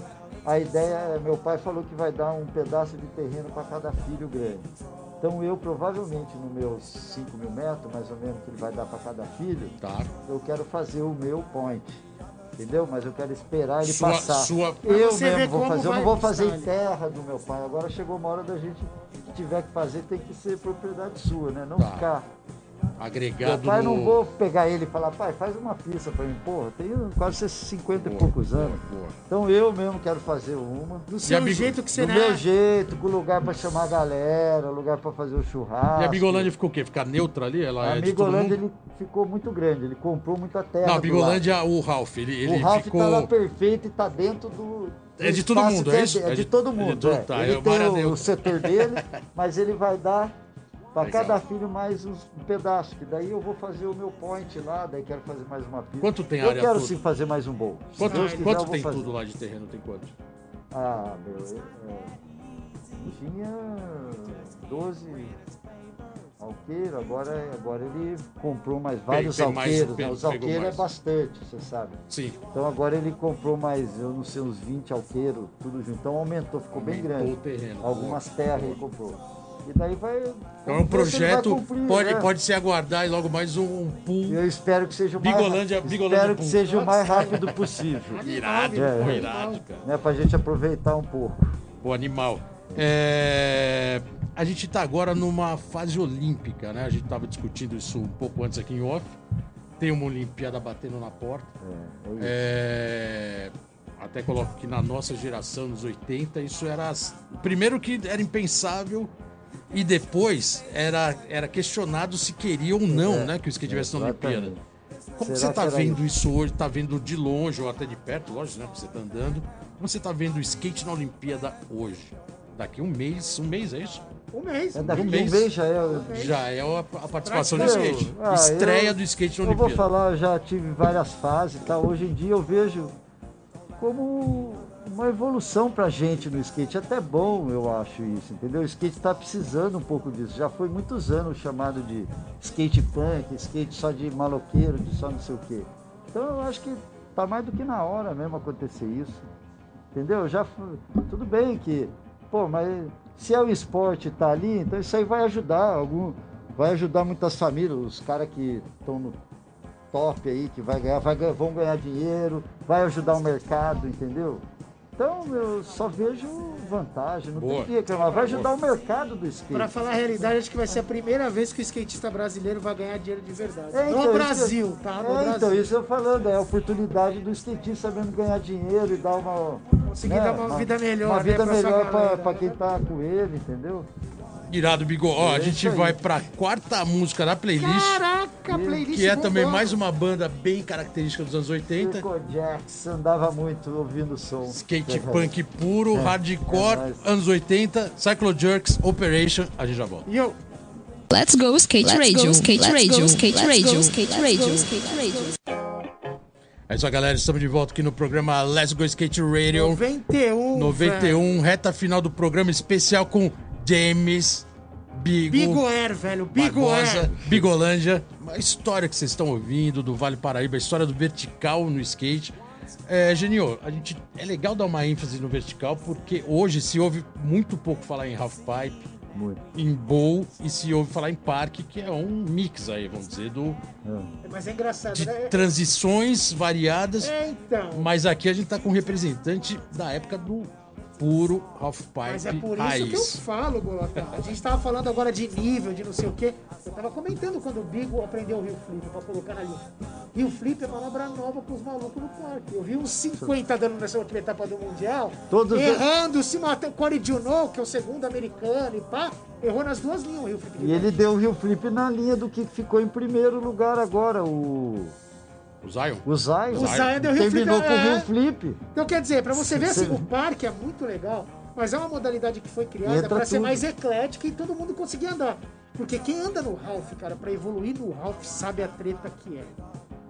A ideia, é, meu pai falou que vai dar um pedaço de terreno para cada filho grande. Então eu provavelmente no meus 5 mil metros, mais ou menos, que ele vai dar para cada filho,
Tá.
eu quero fazer o meu point. Entendeu? Mas eu quero esperar ele
Sua-
passar.
sua-
Eu
Você vê
mesmo vou
como
fazer. Eu
vai
não vou
custar
fazer em
ali.
terra do meu pai. Agora chegou uma hora da gente, se tiver que fazer, tem que ser propriedade sua, né? Não
Tá.
ficar meu
Agregado
pai
no...
não vou pegar ele e falar, pai, faz uma pista pra mim. Porra, eu tenho quase 50 e
Boa,
poucos
boa,
anos.
boa.
Então eu mesmo quero fazer uma.
Do
a
seu
Bigo-
jeito que você né?
do
na-
meu jeito, com lugar pra chamar a galera, lugar pra fazer o churrasco.
E a Bigolândia ficou o quê? Ficar neutra ali? Ela
A
é de todo
Bigolândia,
mundo?
ele ficou muito grande, ele comprou muita terra.
Não, a
do
Bigolândia, o Ralph, ele,
lado.
ele
o Ralph
ficou...
tá lá perfeito e tá dentro do.
É
do
de todo
espaço
mundo,
que
é isso?
de- É de todo mundo.
todo-
é.
tá, é
ele
o
tem
Mara
o- o,
Neutro.
setor dele, mas ele vai dar para
Legal.
cada filho mais uns- um pedaço. Que daí eu vou fazer o meu point lá, daí quero fazer mais uma pista.
Quanto tem a
Eu
área
quero
toda?
sim fazer mais um bolo. Se
Quanto,
Deus quiser, eu
quanto
vou
tem
fazer.
tudo lá de terreno? Tem quanto?
Ah, meu, eu, é, tinha 12 alqueiro, agora, é, agora ele comprou mais vários
tem mais,
alqueiros.
pe-
né? Os
pegou
alqueiros
mais.
é bastante, você sabe.
Sim.
Então agora ele comprou mais, eu não sei, uns 20 alqueiros, tudo junto. Então aumentou, ficou bem
Aumentou
grande.
o terreno.
Algumas terras ele comprou. E daí vai. né?
Então é um projeto, pode,
pode
pode se aguardar e logo mais um, um pool.
Eu espero que seja o
Bigolândia-
mais,
Bigolândia
espero que
Pool.
seja o mais rápido possível,
Irado,
É,
pô,
é.
irado, cara.
né, pra gente aproveitar um pouco.
O animal. É, A gente está agora numa fase olímpica, né? A gente estava discutindo isso um pouco antes aqui em off. Tem uma Olimpíada batendo na porta.
É isso.
É, Até coloco que na nossa geração, nos 80, isso era. as- Primeiro que era impensável. E depois era, era questionado se queria ou não, né? Que o skate tivesse na
É, exatamente.
Olimpíada. Como que
Será
você tá
que era
vendo isso hoje? Tá vendo de longe ou até de perto, lógico, né? Porque você tá andando. Como você tá vendo o skate na Olimpíada hoje? Daqui um mês, um mês é isso?
Um mês.
É daqui
Um
um
mês.
mês, já é.
Já é a, a participação do
Eu-
skate.
ah,
Estreia
eu-
do skate na
Eu vou
Olimpíada.
falar, eu já tive várias fases, tá? Hoje em dia eu vejo como uma evolução pra gente no skate. Até é bom, eu acho isso, entendeu? O skate tá precisando um pouco disso. Já foi muitos anos chamado de skate punk, skate só de maloqueiro, de só não sei o quê. Então eu acho que tá mais do que na hora mesmo acontecer isso. Entendeu? Já fu- tudo bem que, pô, mas se é o esporte tá ali, então isso aí vai ajudar algum, vai ajudar muitas famílias, os caras que estão no top aí que vai ganhar, vai, gan- vão ganhar dinheiro, vai ajudar o mercado, entendeu? Então eu só vejo vantagem, não tem
Boa.
que reclamar. Vai ajudar o mercado do skate.
Pra falar a realidade, acho que vai ser a primeira vez que o skatista brasileiro vai ganhar dinheiro de verdade.
É, então,
no
isso-
Brasil, tá? No
é,
Brasil.
então, isso eu falando, é a oportunidade do skatista mesmo ganhar dinheiro e dar uma. né,
Conseguir dar uma vida melhor,
Uma
né,
vida
pra essa
melhor pra,
galera,
pra
né?
quem tá com ele, entendeu?
Irado, Bigode. Ó, a
É
gente
isso aí.
vai pra quarta música da playlist,
Caraca, a playlist.
que é também
bombando.
mais uma banda bem característica dos anos 80.
Michael Jackson andava muito ouvindo o som.
Skate punk puro,
é
hardcore,
nóis.
anos 80, Cyclo Jerks, Operation, a gente já volta.
E eu,
Let's go skate radio. Skate radio. Skate radio. Skate radio.
É isso aí, galera. Estamos de volta aqui no programa Let's Go Skate Radio 91,
91. velho.
reta final do programa especial com James Bigo.
Bigo Air, velho. Bigo
um.
é.
Barbosa,
Air.
Bigolândia, a história que vocês estão ouvindo do Vale Paraíba, a história do vertical no skate. É, Genio, a gente, é legal dar uma ênfase no vertical porque hoje se ouve muito pouco falar em half pipe,
Muito.
em bowl e se ouve falar em parque, que é um mix aí, vamos dizer, do,
Mas é engraçado,
de
né?
transições variadas.
É, então.
Mas aqui a gente tá com um representante da época do puro half pipe
Mas é por isso
raiz.
que eu falo, Golota. A gente tava falando agora de nível, de não sei o quê. Eu tava comentando quando o Bigo aprendeu o Rio Flip é pra colocar na lista. Rio Flip é manobra nova pros malucos no parque. Eu vi uns 50 dando nessa última etapa do Mundial.
Todos-
errando, se matando. Corey Juno, que é o segundo americano e pá, errou nas duas linhas o Rio Flip.
E ele deu o Rio Flip na linha do que ficou em primeiro lugar agora, o.
O Zion.
O Zion.
O Zion deu Rio Flip,
Terminou com o
é.
Rio Flip.
Então quer dizer, pra você ver assim,
Sim.
o parque é muito legal, mas é uma modalidade que foi criada
Entra
pra ser
tudo.
mais eclética e todo mundo conseguir andar. Porque quem anda no Ralph, cara, pra evoluir no Ralph sabe a treta que é.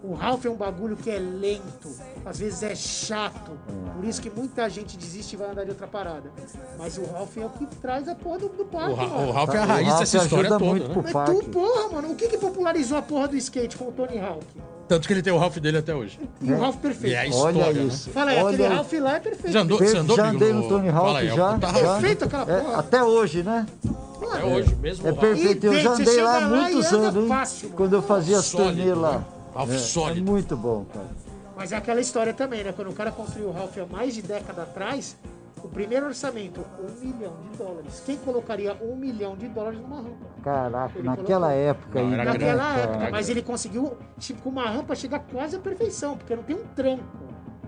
O Ralph é um bagulho que é lento, às vezes é chato,
É.
por isso que muita gente desiste e vai andar de outra parada. Mas o Ralph é o que traz a porra do, do parque,
O, Ra-
mano.
o Ralph é a
Tá, o
raiz
Ralph
dessa história
ajuda
toda,
muito
né?
pro
Mas é
parque.
tu, porra, mano, o que que popularizou a porra do skate com o Tony Hawk?
Tanto que ele tem o Ralph dele até hoje.
E o Ralph perfeito.
E é isso.
Olha
História, né?
isso.
Fala aí,
Olha
aquele
aí.
Ralph lá é perfeito.
Já andou, você andou
já
Bigo,
andei no Tony Hawk
Fala aí,
já.
é um puta
já.
Ralph.
Perfeito tá aquela
É,
porra.
até hoje, né?
Até hoje, mesmo
É
o Ralph.
perfeito. Eu
E,
já
gente,
andei
chega
lá há
lá
muitos
e anda
anos, hein?
fácil, mano.
Quando eu fazia as
Sólido,
turnê lá.
né? Ralph sólido.
É muito bom, cara.
Mas é aquela história também, né? Quando o cara construiu o Ralph há mais de década atrás, o primeiro orçamento, um milhão de dólares. Quem colocaria um milhão de dólares numa rampa?
Caraca,
Ele
naquela
colocou.
época
Não,
ainda.
era
né,
grande,
Naquela
cara?
época, mas ele conseguiu, tipo, com uma rampa chegar quase à perfeição, porque não tem um tranco.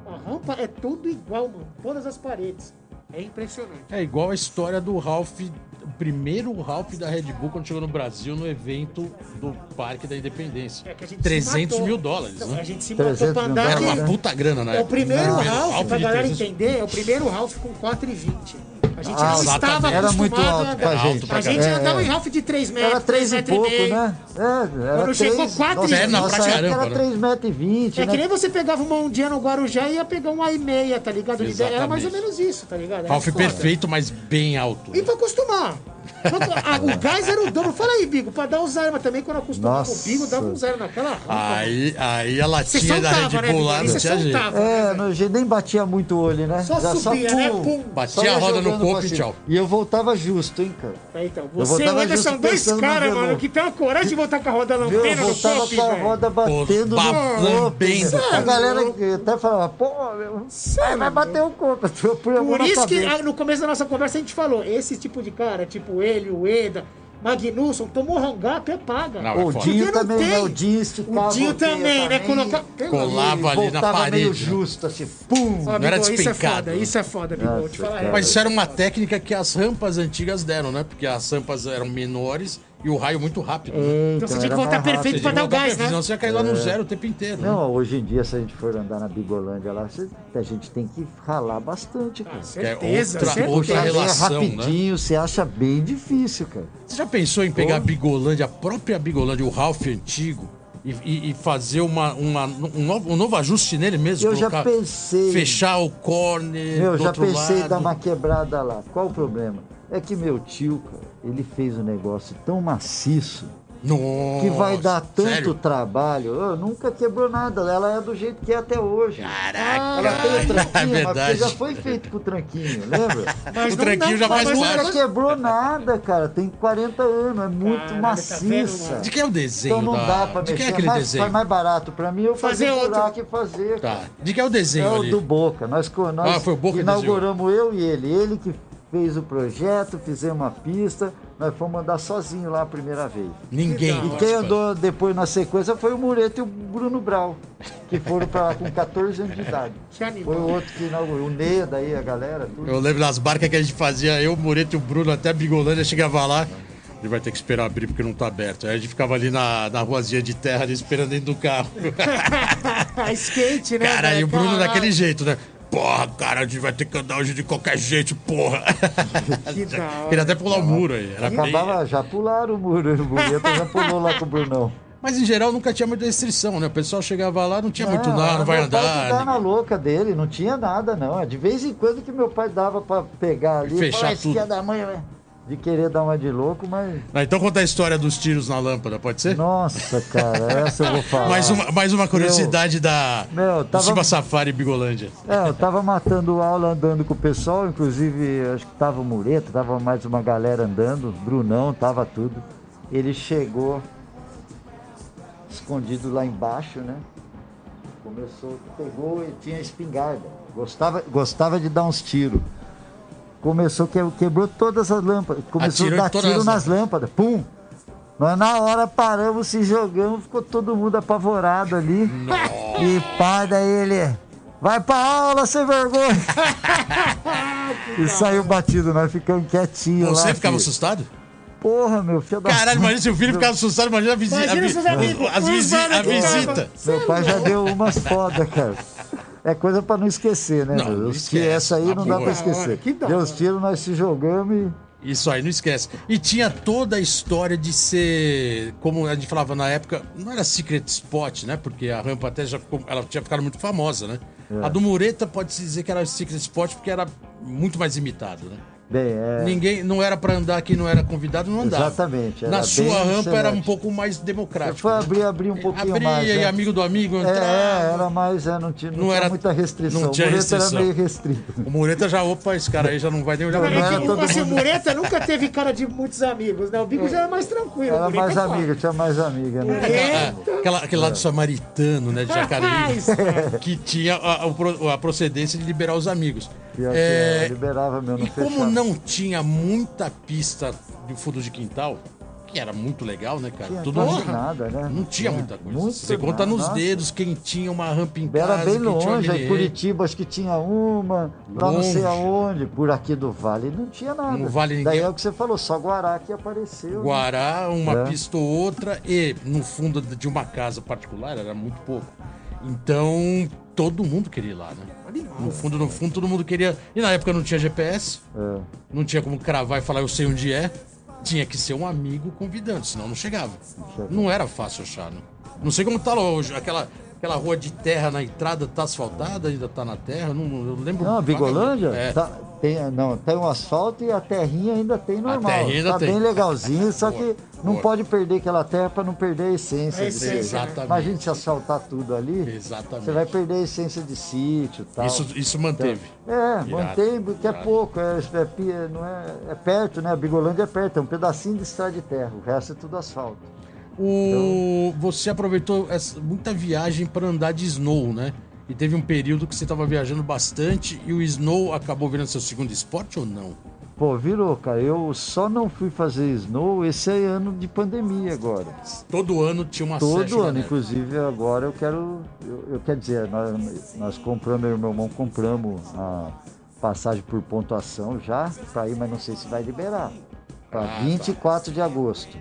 A rampa é tudo igual, mano. Todas as paredes. É impressionante.
É igual a história do Ralph, o primeiro Ralph da Red Bull quando chegou no Brasil no evento do Parque da Independência.
É que a gente se
300
matou.
mil dólares,
Não,
né?
A gente se
300
matou pra
mil
andar
Era
dólares.
de-
uma puta grana na
É o
época.
primeiro
Primeiro
Ralph, pra
de
galera
300
entender, é o primeiro Ralph com 4,20. A gente
Ah,
não estava
exatamente.
Era muito
acostumado a
alto
andar.
pra
Era alto
gente.
pra
A gente
É,
andava
é.
em Ralph de 3 metros,
Era 3 e
metros
pouco,
meio.
né? É, era
Quando chegou
três-
quatro e
nossa,
vinte.
nossa
Pra
época
caramba, né?
era 3 metros e 20,
É que
né?
nem você pegava uma ondinha no Guarujá e ia pegar um I-meia, tá ligado? Era mais ou
Exatamente.
menos isso, tá ligado? Era
Ralph
foda. Então,
perfeito, mas bem alto.
E pra acostumar. Pra- a- O gás era o dobro. Fala aí, Bigo, pra dar um zero, mas também quando acostumava
Nossa.
o Bigo, dava um zero naquela rampa.
Aí, aí a
Você
latinha da
soltava,
Red
né,
Bull
Bigo?
lá
Ali
não
Você
tinha jeito.
soltava.
É,
né,
não, a gente nem batia muito o olho, né?
Só
Já
subia, né? Pum.
Batia
ia
a roda no
jogando
corpo e
pra cima.
tchau.
E eu voltava justo, hein, cara?
velho? Então,
Eu
você e o
voltava
Ederson são
justo
dois
pensando no
caras, mano,
violão.
que tem a coragem de voltar com a roda
Eu
lampeira no
voltava
top,
com a
velho.
roda batendo no
babando.
corpo. cara. A galera que até falava, pô, meu, vai, vai bater o corpo. Eu pus a mão
é Por
na
isso que
cabeça.
ah, no começo da nossa conversa a gente falou, esse tipo de cara, tipo ele, o Eda, Magnusson, tomou hangar até paga.
Não,
O
é foda.
Dinho
Porque não
também,
tem.
né? O Dinho esticava.
O Dinho
a roteia
também, né? Coloca-
Pelo
Colava
amor,
ali na
voltava
parede,
meio
né?
justo, assim, pum.
Ó,
não era
Bigode, isso é
despencado,
foda,
né?
isso é foda, Bigode. te falar a real.
Mas isso era uma técnica que as rampas antigas deram, né? Porque as rampas eram menores e o raio muito rápido. né?
Então você tinha
Então,
que
era
voltar
mais
perfeito
rápido.
pra dar o
Voltar
gás,
pra-
né?
Senão você ia cair lá no zero o tempo inteiro. né?
É. Não, hoje em dia, se a gente for andar na Bigolândia lá, você- a gente tem que ralar bastante,
Tá,
cara.
Certeza,
É outra-
certeza.
outra
Puxar bem
relação, né?
rapidinho, você acha bem difícil, cara.
Você já pensou em pegar a Bigolândia, a própria Bigolândia, o Ralph antigo, e, e- e fazer uma, uma- um, novo, um novo ajuste nele mesmo?
Eu já pensei.
Fechar o corner
Meu,
do
já
outro
pensei em
lado.
dar uma quebrada lá. Qual o problema? É que meu tio, cara, ele fez um negócio tão maciço
Nossa,
que vai dar tanto
sério?
trabalho. Ô, nunca quebrou nada. Ela é do jeito que é até hoje.
Caraca,
Ela tem o
é
tranquinho, mas porque
verdade.
já foi feito com o tranquinho, lembra?
Mas
O
não-
tranquinho
não-
já
mas
faz
não-
parte.
Nunca quebrou nada, cara. Tem 40 anos, é muito
Caralho, tá vendo,
maciça.
mano?
De quem é o desenho?
Então não
da-
dá pra
De
mexer.
quem é aquele
mas
desenho?
Foi mais barato pra mim eu
Fazer
fazer
outro.
buraco e fazer. cara.
Tá. De quem é o
É
desenho
o
ali?
do Boca. Nós, co- nós
Ah, foi o Boca que
inauguramos eu e ele. Ele que fez o projeto, fizemos uma pista. Nós fomos andar sozinho lá a primeira vez.
Ninguém.
E quem
participa.
andou depois na sequência foi o Mureto e o Bruno Brau, que foram pra lá com 14 anos de idade.
Que animal.
Foi o outro que inaugurou, o Neda daí a galera, tudo.
Eu lembro das barcas que a gente fazia, eu, o Moreto e o Bruno, até a Bigolândia chegava lá. Ele vai ter que esperar abrir porque não tá aberto. Aí a gente ficava ali na, na ruazinha de terra, ali esperando dentro do carro.
Ah, skate, né?
Cara,
velho?
e o Bruno
Caralho.
daquele jeito, né? Porra, cara, a gente vai ter que andar hoje de qualquer jeito, porra.
Que da hora.
Queria até pular o muro aí. Era bem-
Acabava, já pularam o muro, o Mureto já pulou lá com o Brunão.
Mas em geral nunca tinha muita restrição, né? O pessoal chegava lá, não tinha É, muito
era
nada, não vai
meu pai que
andar. né?
dá na louca dele, não tinha nada, não. É De vez em quando que meu pai dava pra pegar ali,
Fechar
falar,
tudo.
"Esse filho da mãe, né?" de querer dar uma de louco, mas.
Ah, então conta a história dos tiros na lâmpada, pode ser?
Nossa, cara, essa eu vou falar.
É. Mais uma, mais uma curiosidade da
Meu,
do
tava-
Simba Safari e Bigolândia.
É, eu tava matando aula andando com o pessoal, inclusive acho que tava o Mureto, tava mais uma galera andando, Brunão, tava tudo. Ele chegou escondido lá embaixo, né? Começou, pegou e tinha espingarda. Gostava, gostava de dar uns tiros. Começou, que, quebrou todas as lâmpadas. Começou
Atirou
a dar
em todas
tiro
as
nas lâmpadas. Pum! Nós na hora paramos, se jogamos, ficou todo mundo apavorado ali.
Uhum.
E pá, daí ele. Vai pra aula, sem vergonha! e saiu batido, nós ficamos quietinhos lá.
Você ficava
filho.
assustado?
Porra, meu filho da
Caralho,
puta.
imagina se o filho ficava assustado, imagina a visita.
Imagina seus amigos,
as
os
visi
manos
a
que estavam-
visita.
Meu pai já deu umas foda, cara. É coisa pra não esquecer, né?
Não,
meu?
não
Os
esquece, tá
que essa aí
na
não dá
boa.
pra
Da hora,
esquecer.
que da
Deu
hora.
os tiros, nós se jogamos e.
Isso aí, não esquece. E tinha toda a história de ser, como a gente falava na época, não era secret spot, né? Porque a rampa até já ficou, ela tinha ficado muito famosa, né?
É.
A do Mureta pode-se dizer que era secret spot porque era muito mais imitado, né?
Bem, é.
Ninguém, não era pra andar quem não era convidado, não andava.
Exatamente, era
Na
bem
sua rampa era um
seletivo.
pouco mais
Você
democrático.
foi
né?
abrir, abrir um pouquinho
Abria
mais.
e
né?
amigo do amigo
É,
entrava.
é, era mais, é, não tinha, não
Não
tinha
era-
muita restrição.
não tinha
o Mureto
restrição.
era meio restrito.
O Mureta já, opa, esse cara aí já não vai nem olhar pra
Não,
mim.
não era
Cara,
todo
que, assim, o
mundo.
Mureta nunca teve cara de muitos amigos, né? O Bigo já é mais tranquilo. o
Era
Mureta
mais
é foda.
amiga, tinha mais amiga, né?
É,
Aquela, aquele lado samaritano, né, de Jacareí,
Isso, cara.
que tinha a, a pro- a procedência de liberar os amigos.
Pior que
É,
era, liberava meu, não
e como
fechava.
não tinha muita pista de fundo de quintal, que era muito legal, né, cara?
Tinha
Tudo
quase
ali-
nada, né?
Não tinha
É,
muita coisa.
muito
Você conta
não,
nos
nossa.
dedos quem tinha uma rampa em casa,
Era bem
quem tinha um
longe, aí
MDM.
Curitiba acho que tinha uma, lá não
Longe.
sei aonde, por aqui do Vale não tinha nada.
No Vale
Daí
ninguém-
é o que você falou, só Guará que apareceu. né?
Guará, uma
É.
pista ou outra, e no fundo de uma casa particular era muito pouco. Então, todo mundo queria ir lá, né? No fundo, no fundo, todo mundo queria. E na época não tinha GPS,
É.
não tinha como cravar e falar eu sei onde é. Tinha que ser um amigo convidando, senão não chegava. Não era fácil achar, né? Não sei como tá lá hoje. Aquela, aquela rua de terra na entrada tá asfaltada, ainda tá na terra. Não, eu lembro.
Não, a Ah, Bigolândia?
É.
tá- tem, não, tem um asfalto e a terrinha ainda tem normal.
terrinha ainda
tá
tem.
bem legalzinho, só
Boa,
que não
boa.
pode perder aquela terra para não perder a essência.
A
de-
essência, né?
Exatamente.
Imagina se asfaltar tudo ali.
Exatamente.
Você vai perder a essência de sítio e tal.
Isso, isso manteve.
É,
Irado,
mantém, porque é
irado.
pouco, é, é pi- é- não é, é perto, né? A Bigolândia é perto, é um pedacinho de estrada de terra, o resto é tudo asfalto.
O... Você aproveitou essa- muita viagem para andar de snow, né? E teve um período que você estava viajando bastante e o snow acabou virando seu segundo esporte ou não?
Pô, virou, cara, eu só não fui fazer snow esse é ano de pandemia agora.
Todo ano tinha uma
Todo
session,
ano,
né?
inclusive agora eu quero. Eu, eu quero dizer, nós, nós compramos, eu e meu irmão compramos a passagem por pontuação já para ir, mas não sei se vai liberar.
Ah,
Para
tá.
24 de agosto.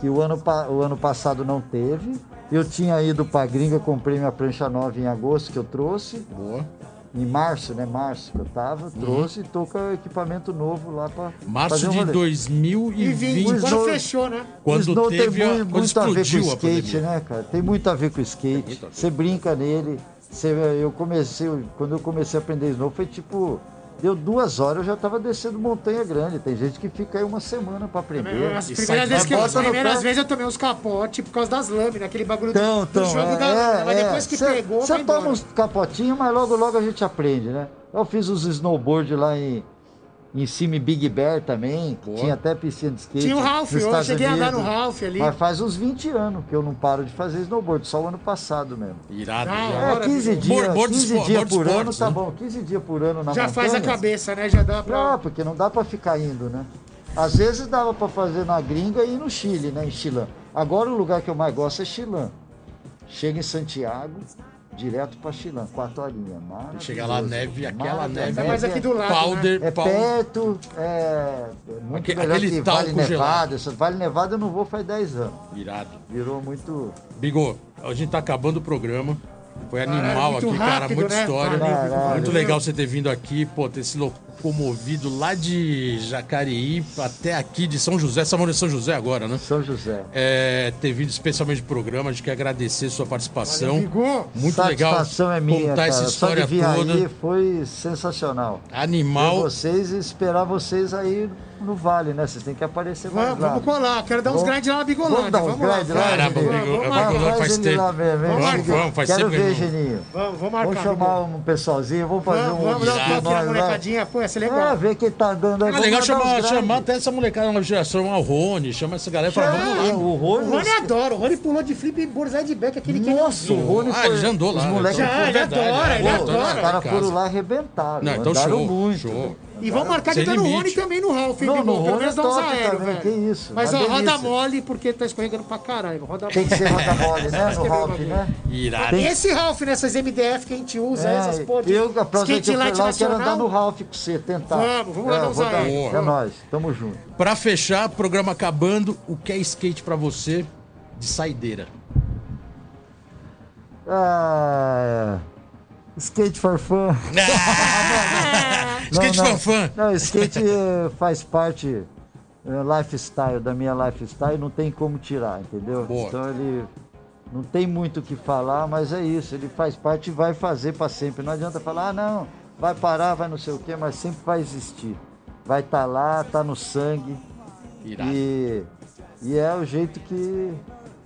Que o ano, pa- o ano passado não teve. Eu tinha ido para gringa, comprei minha prancha nova em agosto que eu trouxe.
Boa.
Em março, né? Março que eu tava, trouxe e tô com equipamento novo lá para.
Março de
E 20,
2020.
Pois
quando
é.
fechou, né?
o
Quando
snow
teve
tem
a,
muito,
quando
muito a ver com
explodiu a
skate,
pandemia.
né, cara? Tem muito a ver com skate.
muito a ver.
Você brinca nele. Você, eu comecei, quando eu comecei a aprender snow, foi tipo Deu duas horas, eu já estava descendo Montanha Grande. Tem gente que fica aí uma semana para aprender.
É, As
que
primeiras,
sai-
vezes, que eu,
bota
as
no
primeiras
pé.
vezes eu tomei uns capote por causa das lâminas, aquele bagulho do-
Então,
do,
então,
jogo
é,
da lâmina. Mas
é,
depois que
cê-
pegou,
cê
vai
toma
embora.
uns capotinhos, mas logo, logo a gente aprende, né? Eu fiz os snowboard lá em, em cima em Big Bear também.
Boa.
Tinha até piscina de skate.
Tinha o Ralph,
nos
eu
Estados
cheguei a andar no
Unidos.
Ralph ali.
Mas faz uns 20 anos que eu não paro de fazer snowboard, só o ano passado mesmo.
Irado.
Ah,
irado.
É,
Agora,
15
Bo-
dias,
board
15
espo-
dias
board
por ano,
esportes,
tá
né?
bom. 15 dias por ano na
Já faz a
montanha.
cabeça, né? Já dá pra.
Ah, porque não dá pra ficar indo, né? Às vezes dava pra fazer na gringa e no Chile, né? Em Chilã. Agora o lugar que eu mais gosto é Chilã. Chega em Santiago, direto pra Chilã, quatro horinhas. Maravilhoso.
Chegar lá, neve, aquela
Maravilhoso.
neve.
Ainda mais aqui do lado. né?
Powder,
É
powder.
perto, é é muito
Aque-
melhor
aquele
que
talco
Vale
gelado.
Nevado. Essa Vale Nevado eu não vou faz 10 anos.
Irado.
Virou muito...
Bigo, a gente tá acabando o programa. Foi
Caralho,
animal
muito
aqui, cara.
rápido,
Muita
né?
história.
Caralho,
Caralho.
Muito legal você ter vindo aqui, pô, ter se locomovido lá de Jacareí até aqui de São José. São Paulo de São José agora, né?
São José.
É, ter vindo especialmente pro programa. A gente quer agradecer sua participação.
Bigô,
Muito legal
Satisfação é minha,
contar
cara.
essa história
Só de vir
toda.
aí foi sensacional. Ver
Animal.
vocês e esperar vocês aí no vale, né? Vocês têm que aparecer mais
vamos,
lá.
vamos colar. Quero dar uns
Vamos-
grinds lá na Bigolândia.
Vamos dar uns
lá,
grinds lá,
vamos,
Caramba,
Vamos-
Bigo,
vamos
eu
marcar.
vou lá, faz
ele
tempo.
lá mesmo, hein?
Vamos
Geninho?
marcar.
Vamos, faz
Quero
tempo que
ver,
não-
Geninho.
Vamos, vamos marcar.
Vamos chamar um pessoalzinho, vamos fazer
Vamos,
um...
vamos dar um
vídeo
toque na
nós lá.
molecadinha. Pô, ia ser
É,
legal.
ver quem tá andando aí.
É
vamos
legal
mandar um uns
chamar,
grinds.
chamar até essa molecada nova geração, ah, o Rony, chama essa galera e fala, vamos lá.
É, O
O
Rony...
Rony adora. O Rony pulou de flip e burzai de back, aquele que ele é
Nossa, o Rony
Ah,
foi-
ele já andou lá,
Os
né?
moleques... né?
Então-
Já, ele
Verdade,
adora,
é,
ele
pô,
Os
tá
adora.
lá.
caras
em
foram
casa.
lá arrebentaram.
Não, então
andaram
show,
muito. né?
show.
E vamos marcar de
Sem
dar no
limite.
Rony também no Ralph, hein,
Não,
Bigô?
no
Pelo
Rony
menos
é
dá uns
top
aéreos,
também,
velho.
que isso,
Mas ó,
uma
roda
delícia.
mole, porque tá escorregando pra caralho. Roda
Tem que
mole.
ser roda mole, né?
é
No Ralph, né?
Irado.
Tem-
Esse Ralph nessas MDF que a gente usa, essas
É,
porra de
eu, a próxima
skate
que eu fui
light
lá, eu quero andar no
nacional.
Ralph com você, tentar.
Vamos, vamos
é,
lá,
vou
usar
dar-
ele.
É
Vamos.
nóis, tamo junto.
Pra fechar, programa acabando, o que é skate pra você de saideira?
Ah, skate for fun.
Ah, skate
Não, não.
fanfã.
Não, skate eh, faz parte eh, lifestyle da minha lifestyle, não tem como tirar, entendeu?
Boa.
Então ele não tem muito o que falar, mas é isso, ele faz parte e vai fazer para sempre. Não adianta falar, ah, não, vai parar, vai não sei o quê, mas sempre vai existir. Vai estar lá, tá no sangue.
Irado.
E, e é o jeito que,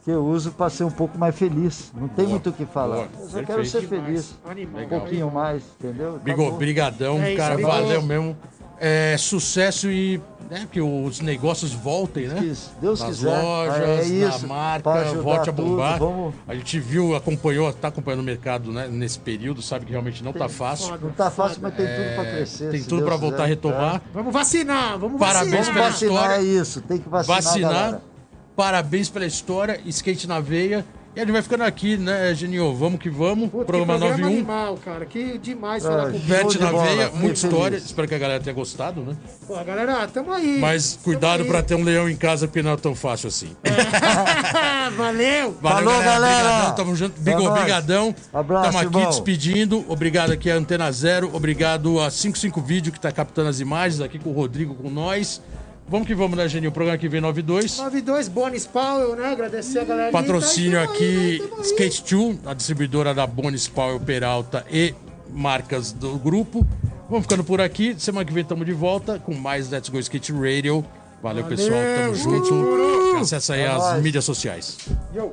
que eu uso para ser um pouco mais feliz. Não tem
Boa,
muito o que falar.
boa,
Eu só quero
perfeito.
ser feliz.
Animal.
Um pouquinho mais, entendeu? Tá
Bigo,
bom.
brigadão,
É isso,
cara,
Bigo.
valeu mesmo. É, sucesso e né, que os negócios voltem, né?
Que se Deus
Nas
quiser. é
lojas,
isso,
na
pra
marca,
ajudar
volte a
tudo,
bombar.
vamos-
A gente viu, acompanhou, tá acompanhando o mercado né, nesse período, sabe que realmente não tá fácil.
Não tá fácil, mas tem tudo pra crescer.
É, Tem
se
tudo
Deus
pra voltar a
quiser,
retomar.
tá?
Vamos vacinar, vamos
Parabéns
Vamos
pela
vacinar.
vacinar, é
história.
isso. Tem que vacinar,
Vacinar,
galera.
parabéns pela história, skate na veia. E a gente vai ficando aqui, né, Geninho? Vamos que vamos.
Puta, que
programa 91.
animal, cara. Que demais falar
um.
com
É,
o
gente.
Vete
Show de
na
bola,
veia,
fiquei
muita
feliz.
história. Espero que a galera tenha gostado, né?
Pô, galera, tamo aí.
Mas
Tamo
cuidado
aí.
pra ter um leão em casa, porque não é tão fácil assim.
Valeu.
Valeu,
Falou, galera.
Obrigadão, tamo junto. Bigo,
É nóis.
obrigadão.
Abraço,
Tamo aqui
irmão.
despedindo. Obrigado aqui à Antena Zero. Obrigado a 55 Vídeo, que tá captando as imagens. Aqui com o Rodrigo, com nós. Vamos que vamos, né, Geninho? O programa que vem 92.
92 Bonis Powell, né? Agradecer a galera.
Patrocínio
E tá, e
aqui
tamo aí, né? Tamo aí.
Skate 2, a distribuidora da Bonis Power Peralta e marcas do grupo. Vamos ficando por aqui. Semana que vem estamos de volta com mais Let's Go Skate Radio. Valeu, pessoal. Tamo junto. Acessa aí as
nóis.
mídias sociais.
Yo.